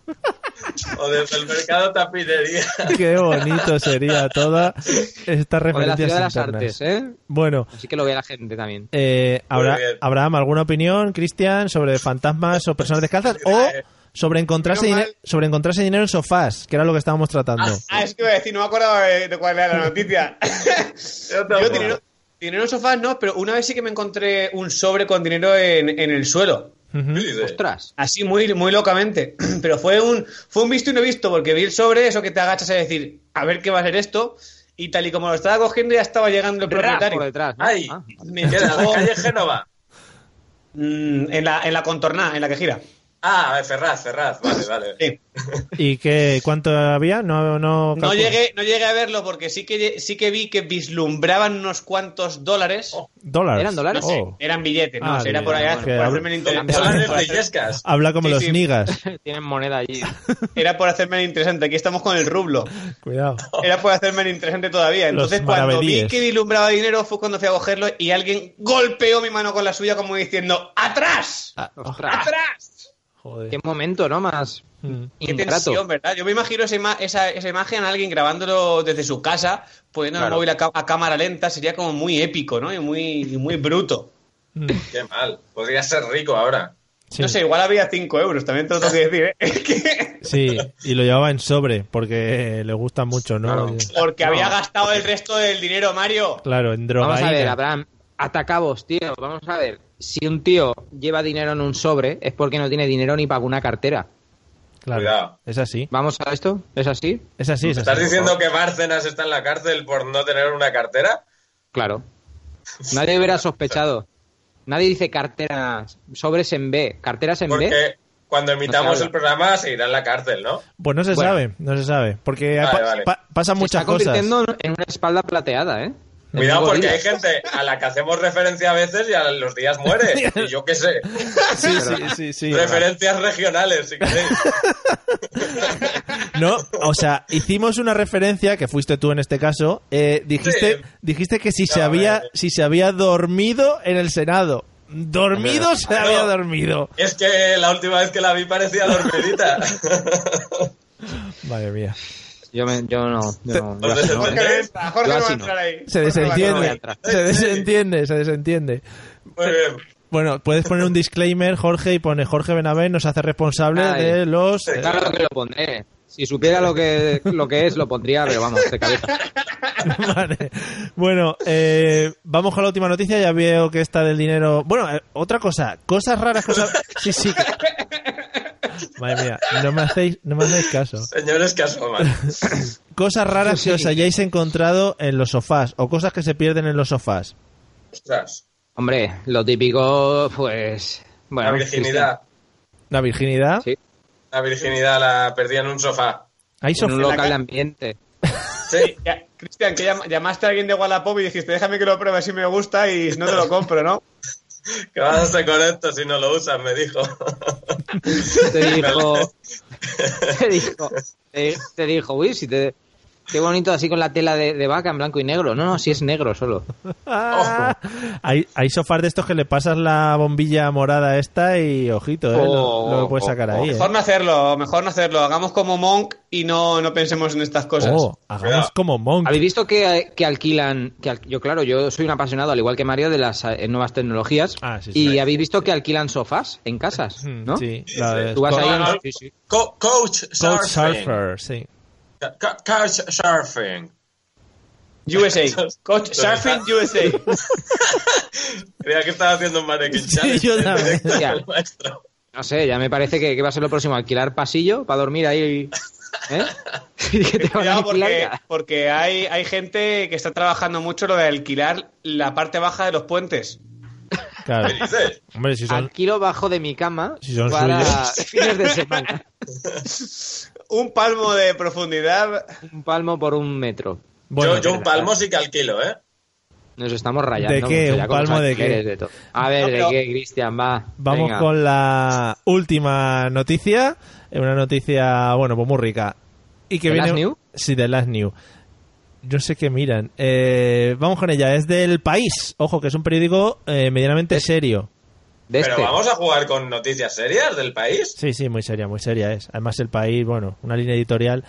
[SPEAKER 5] O desde el mercado tapinería.
[SPEAKER 2] Qué bonito sería toda esta
[SPEAKER 4] O de la
[SPEAKER 2] referencia.
[SPEAKER 4] Ciudad de las Artes, ¿eh?
[SPEAKER 2] Bueno,
[SPEAKER 4] Así que lo ve la gente también.
[SPEAKER 2] eh, Abra-
[SPEAKER 5] bien.
[SPEAKER 2] Abraham, ¿alguna opinión, Cristian, sobre fantasmas o personas descalzas? O sobre encontrarse,
[SPEAKER 3] Menos mal.
[SPEAKER 2] diner- sobre encontrarse dinero en sofás, que era lo que estábamos tratando.
[SPEAKER 3] Ah, es que iba a decir, no me acuerdo de, de cuál era la noticia.
[SPEAKER 5] Yo
[SPEAKER 3] Yo
[SPEAKER 5] tampoco.
[SPEAKER 3] dinero, dinero en sofás no, pero una vez sí que me encontré un sobre con dinero en, en el suelo.
[SPEAKER 2] Ujú.
[SPEAKER 5] ¿Qué dices?
[SPEAKER 4] Ostras,
[SPEAKER 3] Así muy, muy locamente. Pero fue un, fue un visto y no visto, porque vi el sobre, eso que te agachas a decir, a ver qué va a ser esto. Y tal y como lo estaba cogiendo, ya estaba llegando el
[SPEAKER 4] Ra, por
[SPEAKER 3] propietario.
[SPEAKER 4] detrás. ¿no?
[SPEAKER 5] Ay,
[SPEAKER 4] Ah,
[SPEAKER 3] Me
[SPEAKER 5] ¿Qué era? ¿La
[SPEAKER 3] empujó,
[SPEAKER 5] calle Génova?
[SPEAKER 3] mm, en la, en la contornada, en la que gira.
[SPEAKER 5] Ah, Ferraz, Ferraz. Vale, vale.
[SPEAKER 3] Sí.
[SPEAKER 2] ¿Y qué? ¿Cuánto había? No, no,
[SPEAKER 3] No
[SPEAKER 2] calculo.
[SPEAKER 3] llegué, no llegué a verlo porque sí que, sí que vi que vislumbraban unos cuantos dólares.
[SPEAKER 2] ¿Dólares?
[SPEAKER 4] ¿Eran dólares?
[SPEAKER 2] Oh.
[SPEAKER 4] No
[SPEAKER 3] Eran billetes, no,
[SPEAKER 2] Ah,
[SPEAKER 3] será
[SPEAKER 2] bien,
[SPEAKER 3] por allá.
[SPEAKER 2] bueno,
[SPEAKER 3] por
[SPEAKER 2] que
[SPEAKER 3] hacerme el interesante.
[SPEAKER 5] Dólares de Illescas.
[SPEAKER 2] Habla como
[SPEAKER 3] Sí,
[SPEAKER 2] los
[SPEAKER 3] sí.
[SPEAKER 2] niggas.
[SPEAKER 4] Tienen moneda allí.
[SPEAKER 3] Era por hacerme el interesante. Aquí estamos con el rublo.
[SPEAKER 2] Cuidado.
[SPEAKER 3] Era por hacerme el interesante todavía.
[SPEAKER 2] Los
[SPEAKER 3] Entonces, cuando vi
[SPEAKER 2] maravedíes.
[SPEAKER 3] que vislumbraba dinero, fue cuando fui a cogerlo y alguien golpeó mi mano con la suya, como diciendo: ¡Atrás!
[SPEAKER 4] Ah.
[SPEAKER 2] Ah,
[SPEAKER 4] Ostras,
[SPEAKER 3] ¡Atrás!
[SPEAKER 2] Joder.
[SPEAKER 4] qué momento, ¿no? Más
[SPEAKER 2] Mm.
[SPEAKER 3] Qué
[SPEAKER 4] ingrato.
[SPEAKER 3] tensión, ¿verdad? Yo me imagino esa, ima- esa, esa imagen, alguien grabándolo desde su casa, poniendo
[SPEAKER 4] Claro.
[SPEAKER 3] el móvil a, ca- a cámara lenta, sería como muy épico, ¿no? Y muy, y muy bruto.
[SPEAKER 5] Qué mal. Podría ser rico ahora.
[SPEAKER 2] Sí.
[SPEAKER 3] No sé, igual había 5 euros, también te lo tengo que decir, ¿eh? Es que-
[SPEAKER 2] Sí, y lo llevaba en sobre, porque eh, le gusta mucho, ¿no?
[SPEAKER 5] Claro.
[SPEAKER 3] Porque había gastado el resto del dinero, Mario.
[SPEAKER 2] Claro, en droga.
[SPEAKER 4] Vamos a ver, Abraham, atacabos, tío. Vamos a ver. Si un tío lleva dinero en un sobre, es porque no tiene dinero ni para una cartera.
[SPEAKER 2] Claro.
[SPEAKER 5] Cuidado.
[SPEAKER 2] Es así.
[SPEAKER 4] ¿Vamos a esto? ¿Es así?
[SPEAKER 2] Es así, es así.
[SPEAKER 5] ¿Estás diciendo que Bárcenas está en la cárcel por no tener una cartera?
[SPEAKER 4] Claro. Nadie hubiera sospechado. Nadie dice carteras, sobres en B, carteras en B.
[SPEAKER 5] Porque cuando
[SPEAKER 4] No
[SPEAKER 5] emitamos
[SPEAKER 4] se habla.
[SPEAKER 5] el programa se irá en la cárcel, ¿no?
[SPEAKER 2] Pues no se
[SPEAKER 4] Bueno.
[SPEAKER 2] sabe, no se sabe. Porque
[SPEAKER 5] Vale,
[SPEAKER 2] pa-
[SPEAKER 5] vale.
[SPEAKER 2] pa- pasan
[SPEAKER 4] Se
[SPEAKER 2] muchas
[SPEAKER 4] está
[SPEAKER 2] cosas.
[SPEAKER 4] convirtiendo en una espalda plateada, ¿eh? En
[SPEAKER 5] Cuidado
[SPEAKER 4] un
[SPEAKER 5] porque
[SPEAKER 4] gorila.
[SPEAKER 5] hay gente a la que hacemos referencia a veces y a los días muere. Y yo qué sé.
[SPEAKER 2] Sí, sí, sí, sí.
[SPEAKER 5] Referencias regionales, si queréis.
[SPEAKER 2] No, o sea, hicimos una referencia, que fuiste tú en este caso, eh, dijiste,
[SPEAKER 5] Sí.
[SPEAKER 2] dijiste que si se
[SPEAKER 5] No,
[SPEAKER 2] había,
[SPEAKER 5] eh.
[SPEAKER 2] si se había dormido en el Senado. Dormido se
[SPEAKER 5] Claro.
[SPEAKER 2] había dormido.
[SPEAKER 5] Es que la última vez que la vi parecía dormidita.
[SPEAKER 2] Madre mía.
[SPEAKER 4] Yo, me- yo no. Yo no, yo
[SPEAKER 5] Os
[SPEAKER 4] así no,
[SPEAKER 5] desentendéis.
[SPEAKER 3] Jorge
[SPEAKER 4] ¿eh?
[SPEAKER 3] no entra, Jorge
[SPEAKER 4] Yo
[SPEAKER 3] no va a
[SPEAKER 4] así no.
[SPEAKER 3] entrar ahí.
[SPEAKER 2] Se
[SPEAKER 3] Jorge no va a entrar ahí.
[SPEAKER 2] desentiende,
[SPEAKER 4] atrás.
[SPEAKER 2] se desentiende, se desentiende.
[SPEAKER 5] Muy bien.
[SPEAKER 2] Bueno, puedes poner un disclaimer, Jorge, y pone Jorge Benavent nos hace responsable
[SPEAKER 4] Ay.
[SPEAKER 2] de los... eh,
[SPEAKER 4] Claro que lo pondré. Si supiera lo que, lo que es, lo pondría, pero vamos, de cabeza.
[SPEAKER 2] Vale. Bueno, eh, vamos con la última noticia. Ya veo que está del dinero. Bueno, eh, otra cosa. Cosas raras. Cosas... Sí, sí. Madre mía, no me hacéis, no me hacéis caso.
[SPEAKER 5] Señores que asoman.
[SPEAKER 2] Cosas raras que os hayáis encontrado en los sofás o cosas que se pierden en los sofás.
[SPEAKER 5] Ostras.
[SPEAKER 4] Hombre, lo típico, pues. Bueno,
[SPEAKER 5] la virginidad.
[SPEAKER 2] La virginidad.
[SPEAKER 4] Sí.
[SPEAKER 5] La virginidad la perdí en un sofá.
[SPEAKER 2] Hay
[SPEAKER 4] En un
[SPEAKER 2] sofás.
[SPEAKER 4] local de ambiente.
[SPEAKER 5] Sí.
[SPEAKER 3] Ya, Cristian, que llam- llamaste a alguien de Wallapop y dijiste, déjame que lo pruebe si me gusta y si no te lo compro, ¿no?
[SPEAKER 5] ¿Qué vas a hacer con esto si no lo usas? Me dijo.
[SPEAKER 4] Te dijo. Te dijo. Te, te dijo, uy, si te. Qué bonito así con la tela de, de vaca en blanco y negro. No, no, si es negro solo.
[SPEAKER 2] Ah, hay, hay sofás de estos que le pasas la bombilla morada esta y ojito, eh, lo, lo que
[SPEAKER 4] Oh,
[SPEAKER 2] puedes sacar ahí. eh.
[SPEAKER 3] Mejor no hacerlo, mejor no hacerlo. Hagamos como Monk y no, no pensemos en estas cosas.
[SPEAKER 2] Oh, hagamos como Monk.
[SPEAKER 4] ¿Habéis visto que, que alquilan? Que al- yo, claro, yo soy un apasionado, al igual que Mario, de las eh, nuevas tecnologías.
[SPEAKER 2] Ah, sí, sí.
[SPEAKER 4] y habéis visto que alquilan sofás en casas, ¿no?
[SPEAKER 2] Mm, Sí, la de-
[SPEAKER 4] Tú vas ahí.
[SPEAKER 5] Ah,
[SPEAKER 4] Sí, sí.
[SPEAKER 5] Co- coach
[SPEAKER 2] Couch
[SPEAKER 5] surfing.
[SPEAKER 2] Surfer, sí.
[SPEAKER 5] Co- Couch surfing.
[SPEAKER 3] USA. Coach Surfing USA.
[SPEAKER 5] Creía que estaba haciendo un mannequin challenge
[SPEAKER 2] yo
[SPEAKER 5] en
[SPEAKER 2] también.
[SPEAKER 5] directo
[SPEAKER 4] Ya.
[SPEAKER 5] al maestro.
[SPEAKER 4] No sé, ya me parece que, que va a ser lo próximo. Alquilar pasillo para dormir ahí ¿Eh? Sí, que te van a
[SPEAKER 3] Cuidado
[SPEAKER 4] alquilar
[SPEAKER 3] porque,
[SPEAKER 4] ya.
[SPEAKER 3] porque hay, hay gente que está trabajando mucho lo de alquilar la parte baja de los puentes.
[SPEAKER 2] Claro.
[SPEAKER 5] ¿Qué dices?
[SPEAKER 2] Hombre, si son.
[SPEAKER 4] Alquilo bajo de mi cama
[SPEAKER 2] Si son
[SPEAKER 4] para
[SPEAKER 2] suyos.
[SPEAKER 4] fines de semana.
[SPEAKER 3] Un palmo de profundidad.
[SPEAKER 4] Un palmo por un metro.
[SPEAKER 2] Bueno,
[SPEAKER 5] yo, yo un palmo sí que alquilo, ¿eh?
[SPEAKER 4] Nos estamos rayando.
[SPEAKER 2] ¿De qué?
[SPEAKER 4] mucho ya
[SPEAKER 2] ¿Un
[SPEAKER 4] con los
[SPEAKER 2] palmo de qué?
[SPEAKER 4] alquileres todo. A ver,
[SPEAKER 3] No, pero-
[SPEAKER 4] ¿de qué, Cristian? Va.
[SPEAKER 2] Vamos
[SPEAKER 4] venga.
[SPEAKER 2] con la última noticia. Eh, Una noticia, bueno, pues muy rica. Y que
[SPEAKER 4] ¿The
[SPEAKER 2] viene...
[SPEAKER 4] Last New?
[SPEAKER 2] Sí, de Last New. Yo sé que miran. Eh, vamos con ella. Es del país. Ojo, que es un periódico eh, medianamente serio.
[SPEAKER 4] De este.
[SPEAKER 5] Pero vamos a jugar con noticias serias del país.
[SPEAKER 2] Sí, sí, muy seria, muy seria es. Además, el país, bueno, una línea editorial.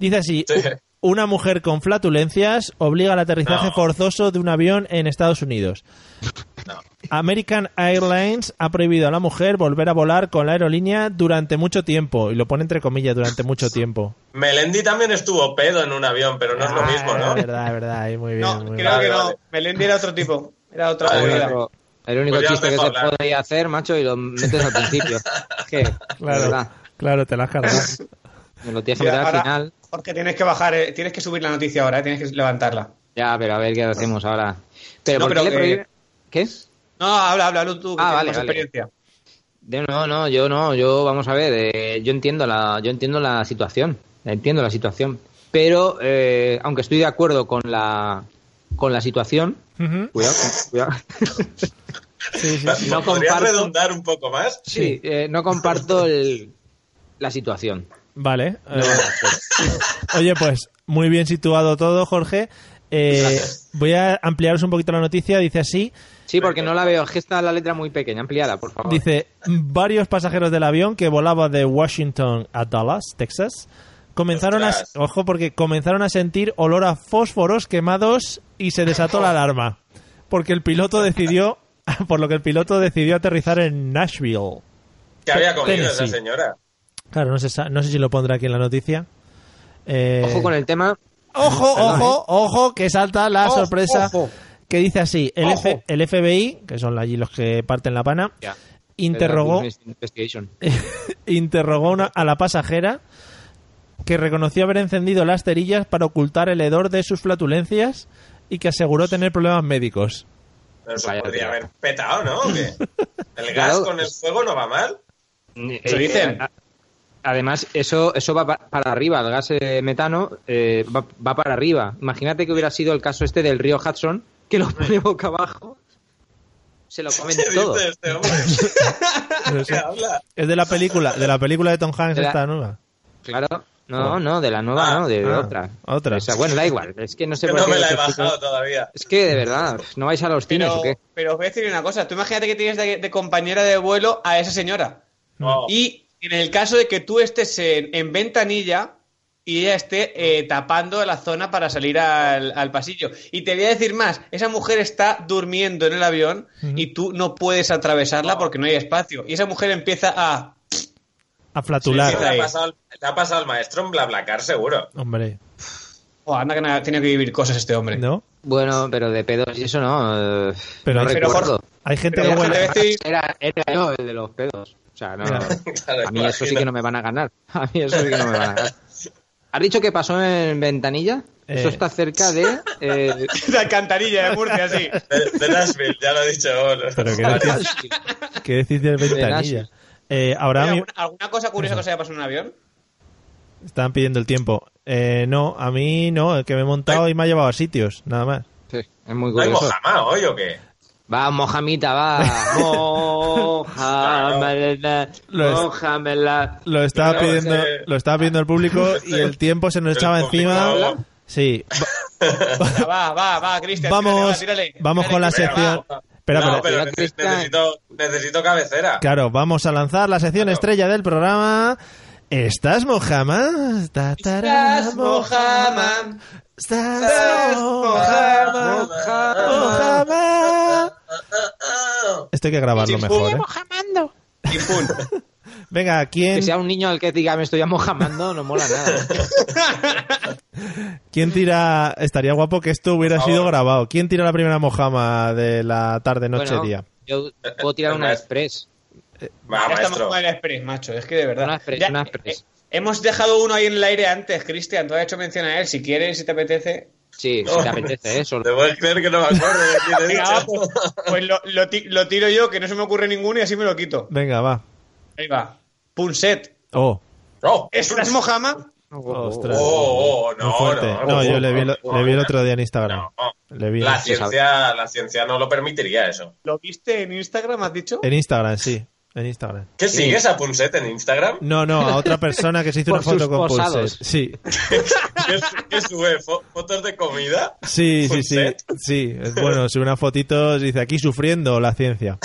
[SPEAKER 2] Dice así:
[SPEAKER 5] Sí.
[SPEAKER 2] "U- Una mujer con flatulencias obliga al aterrizaje
[SPEAKER 5] No.
[SPEAKER 2] forzoso de un avión en Estados Unidos. American Airlines ha prohibido a la mujer volver a volar con la aerolínea durante mucho tiempo. Y lo pone entre comillas, durante mucho tiempo.
[SPEAKER 5] Melendi también estuvo pedo en un avión, pero no es lo
[SPEAKER 2] Ah,
[SPEAKER 5] mismo,
[SPEAKER 2] Es
[SPEAKER 5] ¿no?
[SPEAKER 2] verdad, es verdad, ahí muy bien.
[SPEAKER 3] No,
[SPEAKER 2] muy
[SPEAKER 3] creo
[SPEAKER 2] bien.
[SPEAKER 5] Vale,
[SPEAKER 3] que no.
[SPEAKER 5] vale.
[SPEAKER 3] Melendi era otro tipo. Era otra
[SPEAKER 5] Vale,
[SPEAKER 3] movida.
[SPEAKER 5] vale.
[SPEAKER 4] El único
[SPEAKER 5] Pues ya os
[SPEAKER 4] chiste que
[SPEAKER 5] dejo
[SPEAKER 4] se
[SPEAKER 5] hablar.
[SPEAKER 4] podría hacer, macho, y lo metes al principio. Es que,
[SPEAKER 2] Claro,
[SPEAKER 4] verdad,
[SPEAKER 2] claro, te la has cargado.
[SPEAKER 4] me lo tienes que
[SPEAKER 3] Ya,
[SPEAKER 4] meter al
[SPEAKER 3] ahora-
[SPEAKER 4] final.
[SPEAKER 3] Jorge, tienes que bajar, eh, tienes que subir la noticia ahora, eh, tienes que levantarla.
[SPEAKER 4] Ya, pero a ver qué hacemos ahora. Pero
[SPEAKER 3] No,
[SPEAKER 4] ¿por
[SPEAKER 3] pero
[SPEAKER 4] qué
[SPEAKER 3] que-
[SPEAKER 4] le prohíbe? ¿Qué?
[SPEAKER 3] No, habla, habla, habla tú, que
[SPEAKER 4] Ah,
[SPEAKER 3] tienes
[SPEAKER 4] vale,
[SPEAKER 3] más
[SPEAKER 4] vale.
[SPEAKER 3] experiencia.
[SPEAKER 4] De- No, no, yo no, yo vamos a ver, eh, yo entiendo la, yo entiendo la situación, entiendo la situación, pero eh, aunque estoy de acuerdo con la, con la situación,
[SPEAKER 2] Ujú.
[SPEAKER 4] cuidado, con- cuidado.
[SPEAKER 2] Sí, sí, sí.
[SPEAKER 4] No
[SPEAKER 5] ¿Podrías
[SPEAKER 4] comparto.
[SPEAKER 5] redundar un poco más?
[SPEAKER 4] sí, eh, no comparto el, la situación.
[SPEAKER 2] Vale. eh, Oye, pues muy bien situado todo, Jorge. Eh, voy a ampliaros un poquito la noticia. Dice así:
[SPEAKER 4] Sí, porque no la veo, es que está la letra muy pequeña, ampliada, por favor.
[SPEAKER 2] dice varios pasajeros del avión que volaba de Washington a Dallas, Texas, comenzaron a
[SPEAKER 5] Ostras.
[SPEAKER 2] ojo porque comenzaron a sentir olor a fósforos quemados y se desató la alarma porque el piloto decidió, por lo que el piloto decidió aterrizar en Nashville.
[SPEAKER 5] ¿Qué había comido esa
[SPEAKER 2] Tennessee.
[SPEAKER 5] señora?
[SPEAKER 2] Claro, no sé, sa- no sé si lo pondrá aquí en la noticia. Eh,
[SPEAKER 4] Ojo con el tema,
[SPEAKER 2] Ojo, ojo, ojo, que salta la
[SPEAKER 4] Ojo,
[SPEAKER 2] sorpresa
[SPEAKER 4] ojo.
[SPEAKER 2] que dice así, el,
[SPEAKER 4] Ojo.
[SPEAKER 2] F- el FBI, que son allí los que parten la pana,
[SPEAKER 4] Ya.
[SPEAKER 2] interrogó,
[SPEAKER 4] Investigation.
[SPEAKER 2] interrogó una- a la pasajera que reconoció haber encendido las cerillas para ocultar el hedor de sus flatulencias y que aseguró tener problemas médicos.
[SPEAKER 5] Pero se
[SPEAKER 4] Vaya
[SPEAKER 5] podría
[SPEAKER 4] tía.
[SPEAKER 5] haber petado, ¿no? ¿O qué? El gas
[SPEAKER 4] Claro.
[SPEAKER 5] con el fuego no va mal.
[SPEAKER 3] ¿Se dicen?
[SPEAKER 4] Eh, a- además, eso, eso va pa- para arriba, el gas eh, metano eh, va, va para arriba. Imagínate que hubiera sido el caso este del río Hudson, que lo pone boca abajo, se lo comen
[SPEAKER 5] ¿Qué
[SPEAKER 4] todo.
[SPEAKER 5] dice este hombre? ¿Qué habla?
[SPEAKER 2] Es de la película, de la película de Tom Hanks
[SPEAKER 4] De la-
[SPEAKER 2] esta nueva.
[SPEAKER 4] Claro. No, no, de la nueva
[SPEAKER 5] Ah,
[SPEAKER 4] no, de
[SPEAKER 2] Oh. ah,
[SPEAKER 4] otra.
[SPEAKER 2] otra.
[SPEAKER 4] O sea, bueno, da igual, es que no sé
[SPEAKER 5] Que
[SPEAKER 4] por
[SPEAKER 5] no
[SPEAKER 4] qué
[SPEAKER 5] me la he
[SPEAKER 4] os explico-
[SPEAKER 5] bajado todavía.
[SPEAKER 4] Es que de verdad, ¿no vais a los cines
[SPEAKER 3] Pero,
[SPEAKER 4] o qué?
[SPEAKER 3] pero os voy a decir una cosa, tú imagínate que tienes de, de compañera de vuelo a esa señora.
[SPEAKER 2] Mm.
[SPEAKER 5] Oh.
[SPEAKER 3] Y en el caso de que tú estés en, en ventanilla y ella esté eh, tapando la zona para salir al, al pasillo. Y te voy a decir más, esa mujer está durmiendo en el avión y tú no puedes atravesarla porque no hay espacio. Y esa mujer empieza a...
[SPEAKER 2] A
[SPEAKER 5] Sí,
[SPEAKER 2] flatular,
[SPEAKER 5] le, ha
[SPEAKER 3] Ahí.
[SPEAKER 5] pasado, al- le ha pasado al maestro en Blablacar, seguro.
[SPEAKER 2] hombre,
[SPEAKER 3] "Oh, anda que na- tiene que vivir cosas este hombre.
[SPEAKER 2] ¿no?
[SPEAKER 4] Bueno, pero de pedos y eso no. eh,
[SPEAKER 2] Pero-
[SPEAKER 4] no
[SPEAKER 3] Pero,
[SPEAKER 4] recuerdo.
[SPEAKER 2] Hay gente
[SPEAKER 3] Pero
[SPEAKER 2] que
[SPEAKER 3] ya
[SPEAKER 2] huele-
[SPEAKER 3] gente- Estoy-
[SPEAKER 4] Era, era yo el de los pedos. O sea, no.
[SPEAKER 2] Claro.
[SPEAKER 5] Claro,
[SPEAKER 4] A mí eso sí
[SPEAKER 5] imagino.
[SPEAKER 4] que no me van a ganar. A mí eso sí que no me van a ganar. ¿Has dicho que pasó en Ventanilla? Eso
[SPEAKER 2] Eh.
[SPEAKER 4] está cerca de. eh,
[SPEAKER 3] La alcantarilla de Murcia, sí.
[SPEAKER 5] De, de Nashville, ya lo he dicho. vos, los-
[SPEAKER 2] Pero que no tiene- ¿Qué decís de ventanilla?
[SPEAKER 4] Nashville.
[SPEAKER 2] Eh, ahora
[SPEAKER 3] Oye,
[SPEAKER 2] mi-
[SPEAKER 3] ¿alguna, alguna cosa curiosa que os haya pasado en un avión?
[SPEAKER 2] Estaban pidiendo el tiempo. Eh, no, a mí no, el que me he montado y me ha llevado a sitios, nada más.
[SPEAKER 4] Sí, es muy
[SPEAKER 5] ¿No hay
[SPEAKER 4] curioso.
[SPEAKER 5] Mojama hoy o qué?
[SPEAKER 4] Va, mojamita, va. Mojamela.
[SPEAKER 2] Lo es.
[SPEAKER 4] Mojamela.
[SPEAKER 2] Lo estaba
[SPEAKER 5] No,
[SPEAKER 2] pidiendo,
[SPEAKER 5] eh.
[SPEAKER 2] lo estaba pidiendo el público y el tiempo se nos
[SPEAKER 5] El
[SPEAKER 2] echaba
[SPEAKER 5] público
[SPEAKER 2] encima.
[SPEAKER 5] habla.
[SPEAKER 2] Sí,
[SPEAKER 3] Venga, Va, va, va, Cristian.
[SPEAKER 2] vamos,
[SPEAKER 3] tírale, tírale.
[SPEAKER 2] vamos con la
[SPEAKER 3] Tírale,
[SPEAKER 2] sección.
[SPEAKER 5] va.
[SPEAKER 2] Espera,
[SPEAKER 5] no,
[SPEAKER 2] espera.
[SPEAKER 5] pero
[SPEAKER 4] Mira,
[SPEAKER 5] nece-
[SPEAKER 4] Cristian.
[SPEAKER 5] necesito, necesito cabecera.
[SPEAKER 2] Claro, vamos a lanzar la sección estrella del programa. ¿Estás Mojama? Ta, tará,
[SPEAKER 3] Estás Mojama.
[SPEAKER 2] ¿Estás Mojama? Mojama. Esto hay que grabarlo mejor, ¿eh?
[SPEAKER 4] mojamando.
[SPEAKER 3] Y pum.
[SPEAKER 2] Venga, ¿quién,
[SPEAKER 4] Que sea un niño al que diga me estoy mojamando, no mola nada.
[SPEAKER 2] ¿Quién tira? Estaría guapo que esto hubiera
[SPEAKER 5] Por favor.
[SPEAKER 2] sido grabado. ¿Quién tira la primera mojama de la tarde, noche,
[SPEAKER 4] Bueno,
[SPEAKER 2] día?
[SPEAKER 4] Yo puedo tirar una express.
[SPEAKER 5] Va,
[SPEAKER 3] ya estamos
[SPEAKER 5] maestro.
[SPEAKER 3] con el Express, macho. Es que de verdad.
[SPEAKER 4] Una Express,
[SPEAKER 3] Ya,
[SPEAKER 4] una
[SPEAKER 3] eh,
[SPEAKER 4] Express.
[SPEAKER 3] eh, Hemos dejado uno ahí en el aire antes, Cristian. Tú has hecho mención a él. Si quieres, si te apetece.
[SPEAKER 4] Sí, si te apetece eso.
[SPEAKER 5] Te voy a creer que no me acuerdo de quién he
[SPEAKER 3] Venga, va,
[SPEAKER 5] dicho.
[SPEAKER 3] pues, pues lo, lo ti- lo tiro yo, que no se me ocurre ninguno y así me lo quito.
[SPEAKER 2] Venga, va.
[SPEAKER 3] Ahí va. Punset.
[SPEAKER 2] Oh,
[SPEAKER 5] No.
[SPEAKER 3] ¿Estás mojama?
[SPEAKER 2] ostras.
[SPEAKER 5] Oh, oh, no,
[SPEAKER 2] Muy fuerte.
[SPEAKER 5] no,
[SPEAKER 2] No, yo le vi, el,
[SPEAKER 5] no,
[SPEAKER 2] le vi el
[SPEAKER 5] no,
[SPEAKER 2] otro día en Instagram.
[SPEAKER 5] no, no.
[SPEAKER 2] Le vi
[SPEAKER 5] La
[SPEAKER 2] en-
[SPEAKER 5] ciencia, la ciencia no lo permitiría eso.
[SPEAKER 3] ¿Lo viste en Instagram, has dicho?
[SPEAKER 2] en Instagram, sí. En Instagram.
[SPEAKER 5] ¿Qué sigues a Punset en Instagram?
[SPEAKER 2] No, no, a otra persona que se hizo una
[SPEAKER 4] Por
[SPEAKER 2] foto
[SPEAKER 4] sus
[SPEAKER 2] con
[SPEAKER 4] posados.
[SPEAKER 2] Pulset. Sí,
[SPEAKER 5] ¿Qué, qué sube? ¿Fo- ¿Fotos de comida?
[SPEAKER 2] sí, sí, sí.
[SPEAKER 5] Pulset.
[SPEAKER 2] Sí, es bueno, sube una fotito, dice aquí sufriendo la ciencia.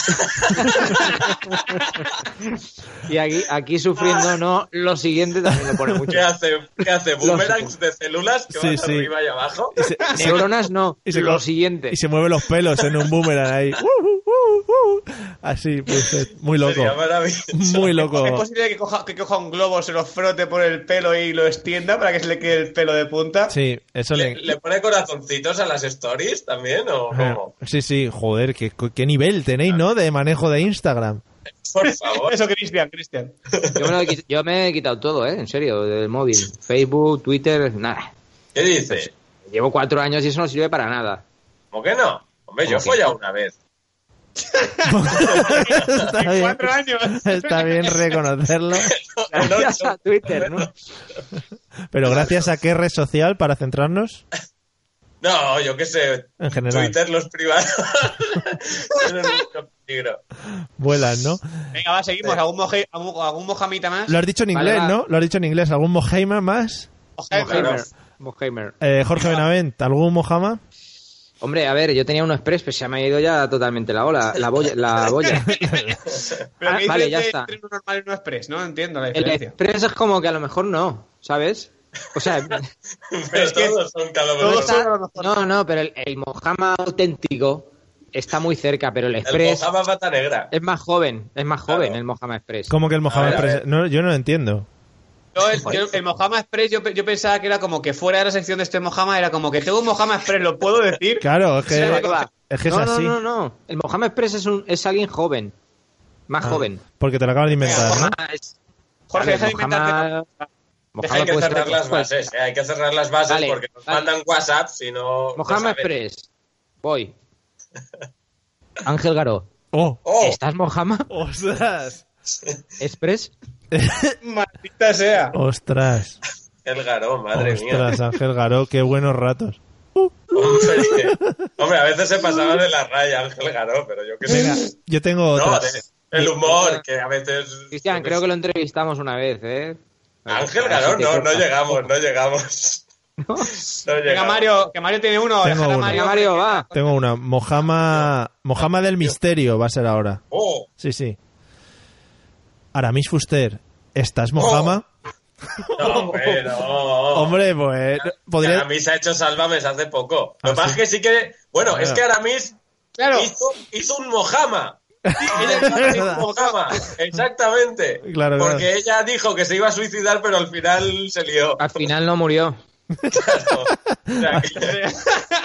[SPEAKER 4] Y aquí, aquí sufriendo, no, lo siguiente también lo pone mucho.
[SPEAKER 5] ¿Qué hace? ¿Qué hace? ¿Boomerangs de células que
[SPEAKER 2] Sí,
[SPEAKER 5] van
[SPEAKER 2] sí.
[SPEAKER 5] arriba y abajo?
[SPEAKER 2] Y se,
[SPEAKER 4] Neuronas no,
[SPEAKER 2] y se
[SPEAKER 4] lo
[SPEAKER 2] co-
[SPEAKER 4] siguiente.
[SPEAKER 2] y se mueve los pelos en un boomerang ahí. Uh, uh, uh, uh. Así, Pulset. Muy loco.
[SPEAKER 5] Sería maravilloso.
[SPEAKER 2] Muy
[SPEAKER 3] ¿Es
[SPEAKER 2] loco.
[SPEAKER 3] posible que coja, que coja un globo, se lo frote por el pelo y lo extienda para que se le quede el pelo de punta?
[SPEAKER 2] Sí, eso
[SPEAKER 5] ¿Le,
[SPEAKER 2] le,
[SPEAKER 5] le pone corazoncitos a las stories también o
[SPEAKER 2] Ajá.
[SPEAKER 5] cómo?
[SPEAKER 2] Sí, sí, joder, qué, qué nivel tenéis, ¿no? De manejo de Instagram.
[SPEAKER 5] Por favor.
[SPEAKER 3] Eso, Cristian, Cristian.
[SPEAKER 4] Yo me, lo he, quit- yo me he quitado todo, ¿eh? En serio, del móvil. Facebook, Twitter, nada.
[SPEAKER 5] ¿Qué dice?
[SPEAKER 4] Llevo cuatro años y eso no sirve para nada.
[SPEAKER 5] ¿Cómo que no? Hombre, yo he
[SPEAKER 4] ¿Cómo que
[SPEAKER 5] follado una vez.
[SPEAKER 2] Está
[SPEAKER 3] En
[SPEAKER 2] bien,
[SPEAKER 3] cuatro años.
[SPEAKER 2] está bien reconocerlo.
[SPEAKER 4] Gracias a Twitter, ¿no?
[SPEAKER 2] Pero gracias a qué red social para centrarnos
[SPEAKER 5] No, yo qué sé.
[SPEAKER 2] en general.
[SPEAKER 5] Twitter, los privados. Tienen mucho peligro.
[SPEAKER 2] Vuelan, ¿no?
[SPEAKER 3] Venga, va, seguimos. ¿Algún, moje- algún, algún mojamita más?
[SPEAKER 2] Lo has dicho en
[SPEAKER 4] Vale,
[SPEAKER 2] inglés,
[SPEAKER 4] va.
[SPEAKER 2] ¿no? Lo has dicho en inglés. ¿Algún Mojama más?
[SPEAKER 3] Mojama.
[SPEAKER 4] Mojheimer. Mojheimer.
[SPEAKER 2] Eh, Jorge Benavent, ¿algún Mojama?
[SPEAKER 4] Hombre, a ver, yo tenía uno express, pero se me ha ido ya totalmente la ola, la boya. La boya.
[SPEAKER 3] Pero
[SPEAKER 4] Ah,
[SPEAKER 3] que
[SPEAKER 4] vale,
[SPEAKER 3] dices
[SPEAKER 4] ya
[SPEAKER 3] de
[SPEAKER 4] está.
[SPEAKER 3] entre uno normal y uno express, ¿no? Entiendo la
[SPEAKER 4] El
[SPEAKER 3] diferencia.
[SPEAKER 4] express es como que a lo mejor no, ¿sabes? O sea,
[SPEAKER 5] Pero
[SPEAKER 3] es que-
[SPEAKER 5] todos son calabozos.
[SPEAKER 3] Todos son a lo mejor.
[SPEAKER 4] no, no, pero el, el Mojama auténtico está muy cerca, pero el
[SPEAKER 5] El
[SPEAKER 4] express
[SPEAKER 5] mojama pata negra.
[SPEAKER 4] es más joven, es más
[SPEAKER 5] Claro.
[SPEAKER 4] joven el Mojama express.
[SPEAKER 2] ¿Cómo que el Mojama?
[SPEAKER 5] A ver, a
[SPEAKER 2] prese-
[SPEAKER 5] ver.
[SPEAKER 2] No, yo no lo entiendo.
[SPEAKER 3] Yo, el, yo- el Mojama Express, yo, pe- yo pensaba que era como que fuera de la sección de este Mojama, era como que tengo un Mojama Express, ¿lo puedo decir?
[SPEAKER 2] Claro, es que,
[SPEAKER 4] Sí, va, que va.
[SPEAKER 2] es, que es
[SPEAKER 4] no,
[SPEAKER 2] así.
[SPEAKER 4] no, no, no. El Mojama Express es, un, es alguien joven. Más
[SPEAKER 2] Ah.
[SPEAKER 4] joven.
[SPEAKER 2] Porque te lo acabas de inventar, ¿no?
[SPEAKER 4] Mojama es-
[SPEAKER 3] Jorge,
[SPEAKER 4] a
[SPEAKER 3] deja de
[SPEAKER 4] ver,
[SPEAKER 3] inventarte.
[SPEAKER 4] Mojama- Mojama
[SPEAKER 5] Hay que
[SPEAKER 4] puede ser
[SPEAKER 5] cerrar las
[SPEAKER 4] cual-
[SPEAKER 5] bases, eh, hay que cerrar las bases
[SPEAKER 4] Vale,
[SPEAKER 5] porque nos
[SPEAKER 4] vale.
[SPEAKER 5] mandan WhatsApp si no. no
[SPEAKER 4] Mojama
[SPEAKER 5] saben.
[SPEAKER 4] Express. Voy. Ángel Garó.
[SPEAKER 2] ¡Oh!
[SPEAKER 5] ¡Oh!
[SPEAKER 4] ¿Estás Mojama
[SPEAKER 2] ¡Ostras!
[SPEAKER 4] Express?
[SPEAKER 3] Maldita sea.
[SPEAKER 2] ¡Ostras!
[SPEAKER 5] El garón, madre mía.
[SPEAKER 2] ¡Ostras, Ángel Garó! ¡Qué buenos ratos!
[SPEAKER 5] Hombre, hombre, a veces se pasaba de la raya Ángel Garó, pero yo qué sé.
[SPEAKER 2] Yo tengo
[SPEAKER 5] No,
[SPEAKER 2] otra.
[SPEAKER 5] de- el humor, que a veces. pues,
[SPEAKER 4] Cristian, creo que lo entrevistamos una vez, ¿eh?
[SPEAKER 5] Ángel
[SPEAKER 2] Ah,
[SPEAKER 4] A ver si
[SPEAKER 5] Garó,
[SPEAKER 4] te
[SPEAKER 5] no, no
[SPEAKER 4] corta.
[SPEAKER 5] llegamos, no llegamos.
[SPEAKER 4] ¿No?
[SPEAKER 5] No
[SPEAKER 3] Venga,
[SPEAKER 5] llegamos.
[SPEAKER 3] Mario, que Mario tiene uno.
[SPEAKER 2] Tengo
[SPEAKER 3] dejad a
[SPEAKER 2] uno.
[SPEAKER 4] Venga,
[SPEAKER 3] Mario,
[SPEAKER 4] Mario, va.
[SPEAKER 2] Tengo una. Mojama, Mojama del Misterio va a ser ahora.
[SPEAKER 5] ¡Oh!
[SPEAKER 2] Sí, sí. Aramis Fuster, ¿estás Mojama?
[SPEAKER 5] No, hombre, no. Oh.
[SPEAKER 2] Hombre, pues. Podría.
[SPEAKER 5] Aramis ha hecho Sálvames hace poco. Lo
[SPEAKER 2] Ah,
[SPEAKER 5] que pasa es que sí que. Bueno,
[SPEAKER 2] Ah.
[SPEAKER 5] es que Aramis
[SPEAKER 3] Claro.
[SPEAKER 5] hizo, hizo un Mojama. Ella hizo un Mojama, exactamente.
[SPEAKER 2] Claro, claro.
[SPEAKER 5] Porque ella dijo que se iba a suicidar, pero al final se lió.
[SPEAKER 4] Al final no murió.
[SPEAKER 5] O sea, que-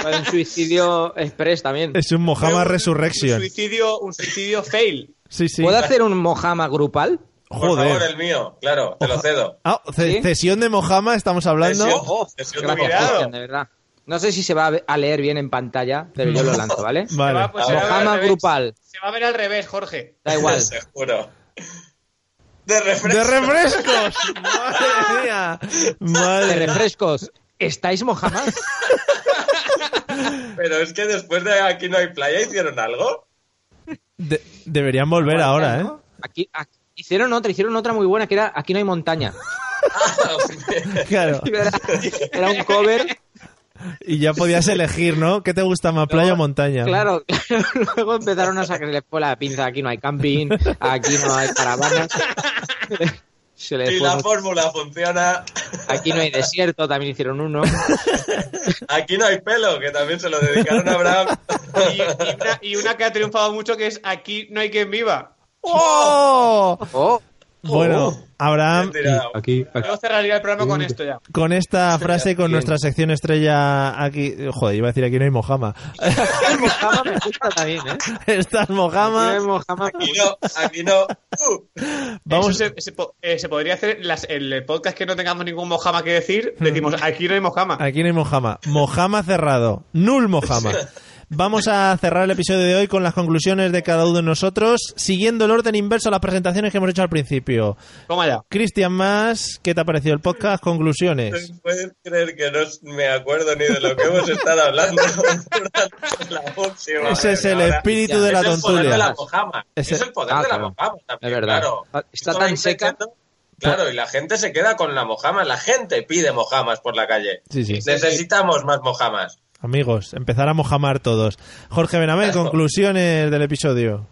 [SPEAKER 4] Fue un suicidio express también.
[SPEAKER 2] Es un Mojama
[SPEAKER 3] Un-
[SPEAKER 2] Resurrection.
[SPEAKER 3] Un suicidio, un suicidio fail.
[SPEAKER 2] Sí, sí.
[SPEAKER 4] ¿Puedo hacer un Mojama grupal?
[SPEAKER 5] por favor,
[SPEAKER 2] Joder.
[SPEAKER 5] el mío, claro, te lo cedo.
[SPEAKER 2] Ah, ce-
[SPEAKER 4] ¿Sí?
[SPEAKER 2] cesión de Mojama, estamos hablando.
[SPEAKER 5] Cesión. Oh, es que
[SPEAKER 4] gracias,
[SPEAKER 3] cuidado.
[SPEAKER 4] Cristian, de verdad. No sé si se va a leer bien en pantalla, pero yo lo lanzo, ¿vale?
[SPEAKER 3] Se
[SPEAKER 2] Vale.
[SPEAKER 3] va, pues, se va a ver
[SPEAKER 4] Mojama
[SPEAKER 3] al revés.
[SPEAKER 4] grupal.
[SPEAKER 3] Se va a ver al revés, Jorge.
[SPEAKER 4] Da igual.
[SPEAKER 5] Seguro. De refresco.
[SPEAKER 2] ¡De refrescos! ¡Madre mía!
[SPEAKER 4] De
[SPEAKER 2] Madre
[SPEAKER 4] refrescos. ¿Estáis Mojama?
[SPEAKER 5] Pero es que después de aquí no hay playa, ¿hicieron algo?
[SPEAKER 2] De- deberían volver ahora, ¿eh?
[SPEAKER 4] Aquí, aquí- hicieron otra, hicieron otra muy buena que era Aquí no hay montaña.
[SPEAKER 5] Ah, hombre.
[SPEAKER 2] ¿eh? Claro.
[SPEAKER 4] Era, era un cover.
[SPEAKER 2] Y ya podías elegir, ¿no? ¿Qué te gusta más, playa o montaña?
[SPEAKER 4] Claro, luego empezaron a sacarle por la pinza. Aquí no hay camping, aquí no hay caravanas. Se les
[SPEAKER 5] y
[SPEAKER 4] fue
[SPEAKER 5] la
[SPEAKER 4] mucho.
[SPEAKER 5] fórmula funciona.
[SPEAKER 4] Aquí no hay desierto, también hicieron uno.
[SPEAKER 5] Aquí no hay pelo, que también se lo dedicaron a Abraham.
[SPEAKER 3] Y, y una, y una que ha triunfado mucho que es aquí no hay quien viva.
[SPEAKER 2] ¡Oh!
[SPEAKER 4] Oh,
[SPEAKER 2] Bueno, Abraham,
[SPEAKER 5] Bien tirado.
[SPEAKER 4] Aquí, aquí.
[SPEAKER 3] Yo cerraría el programa con esto ya.
[SPEAKER 2] con esta frase, con
[SPEAKER 4] Bien.
[SPEAKER 2] nuestra sección estrella aquí. Joder, iba a decir aquí no hay Mojama.
[SPEAKER 4] El Mojama me gusta también, ¿eh?
[SPEAKER 2] Estás
[SPEAKER 4] El
[SPEAKER 2] Mojama.
[SPEAKER 4] Mojama-
[SPEAKER 5] Aquí no, aquí no. Uh,
[SPEAKER 2] Vamos.
[SPEAKER 3] Eso se, se po- eh, se podría hacer en las- en el podcast que no tengamos ningún mojama que decir.
[SPEAKER 2] Mm.
[SPEAKER 3] Decimos, aquí no hay mojama.
[SPEAKER 2] Aquí no hay Mojama. Mojama cerrado. Null Mojama. Vamos a cerrar el episodio de hoy con las conclusiones de cada uno de nosotros, siguiendo el orden inverso a las presentaciones que hemos hecho al principio.
[SPEAKER 3] Toma ya.
[SPEAKER 2] Cristian Más, ¿qué te ha parecido el podcast? Conclusiones.
[SPEAKER 5] ¿ustedes pueden creer que no me acuerdo ni de lo que hemos estado hablando durante la última
[SPEAKER 2] Ese es el
[SPEAKER 5] media hora.
[SPEAKER 2] espíritu de la
[SPEAKER 5] Es el poder de
[SPEAKER 2] tontulia.
[SPEAKER 5] la mojama.
[SPEAKER 2] Es
[SPEAKER 5] Es,
[SPEAKER 2] el-
[SPEAKER 5] el poder
[SPEAKER 4] Ah,
[SPEAKER 5] de la
[SPEAKER 4] claro.
[SPEAKER 5] mojama también.
[SPEAKER 4] Es verdad. Ah,
[SPEAKER 5] Claro.
[SPEAKER 4] Está
[SPEAKER 5] Esto
[SPEAKER 4] tan
[SPEAKER 5] va
[SPEAKER 4] seca.
[SPEAKER 5] creciendo. Claro, y la gente se queda con la mojama. La gente pide mojamas por la calle.
[SPEAKER 2] Sí, sí.
[SPEAKER 5] Necesitamos más mojamas.
[SPEAKER 2] Amigos, empezar a mojamar todos. Jorge Benamé, conclusiones del episodio.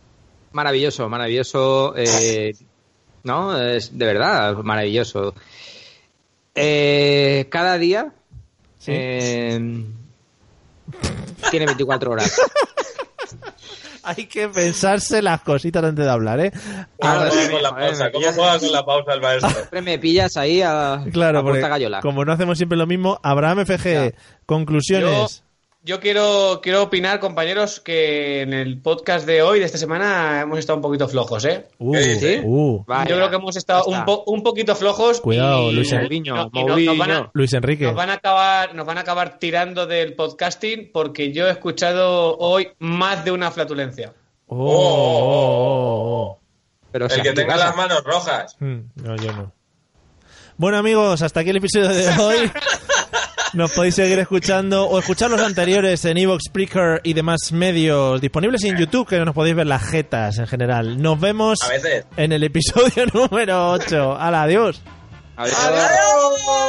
[SPEAKER 4] Maravilloso, maravilloso. eh, no, es de verdad, maravilloso. Eh, cada día eh, tiene 24 horas.
[SPEAKER 2] Hay que pensarse las cositas antes de hablar, ¿eh?
[SPEAKER 4] Ah,
[SPEAKER 5] ¿Cómo
[SPEAKER 4] madre
[SPEAKER 5] juega
[SPEAKER 4] mía,
[SPEAKER 5] con la
[SPEAKER 4] madre
[SPEAKER 5] pausa?
[SPEAKER 4] mía.
[SPEAKER 5] ¿Cómo juega con la pausa el maestro?
[SPEAKER 4] Siempre me pillas ahí a,
[SPEAKER 2] Claro,
[SPEAKER 4] a
[SPEAKER 2] porque
[SPEAKER 4] puerta gallola.
[SPEAKER 2] como no hacemos siempre lo mismo, Abraham FG, conclusiones.
[SPEAKER 3] Yo quiero, quiero opinar, compañeros, que en el podcast de hoy, de esta semana, hemos estado un poquito flojos, ¿eh?
[SPEAKER 2] Uh,
[SPEAKER 5] ¿Qué dices?
[SPEAKER 2] uh.
[SPEAKER 4] Vaya,
[SPEAKER 3] Yo creo que hemos estado
[SPEAKER 4] ya
[SPEAKER 3] un,
[SPEAKER 4] está.
[SPEAKER 3] po- un poquito flojos.
[SPEAKER 2] Cuidado,
[SPEAKER 3] y-
[SPEAKER 2] Luis
[SPEAKER 3] y-
[SPEAKER 4] Mourinho,
[SPEAKER 3] no- y no- nos van a-
[SPEAKER 4] Mourinho.
[SPEAKER 2] Luis Enrique.
[SPEAKER 3] Nos van, a acabar, nos van a acabar tirando del podcasting porque yo he escuchado hoy más de una flatulencia.
[SPEAKER 2] Oh, oh, oh,
[SPEAKER 4] Pero, o sea,
[SPEAKER 5] El que
[SPEAKER 4] ¿qué
[SPEAKER 5] tenga
[SPEAKER 4] pasa?
[SPEAKER 5] las manos rojas.
[SPEAKER 2] oh. Mm, No, yo no. Bueno, amigos, hasta aquí el episodio de hoy. Nos podéis seguir escuchando o escuchar los anteriores en Evox, Spreaker y demás medios disponibles en YouTube, que nos podéis ver las jetas en general. Nos vemos
[SPEAKER 5] A veces.
[SPEAKER 2] en el episodio número 8. ¡Hala, adiós!
[SPEAKER 4] Adiós.
[SPEAKER 5] ¡Adiós!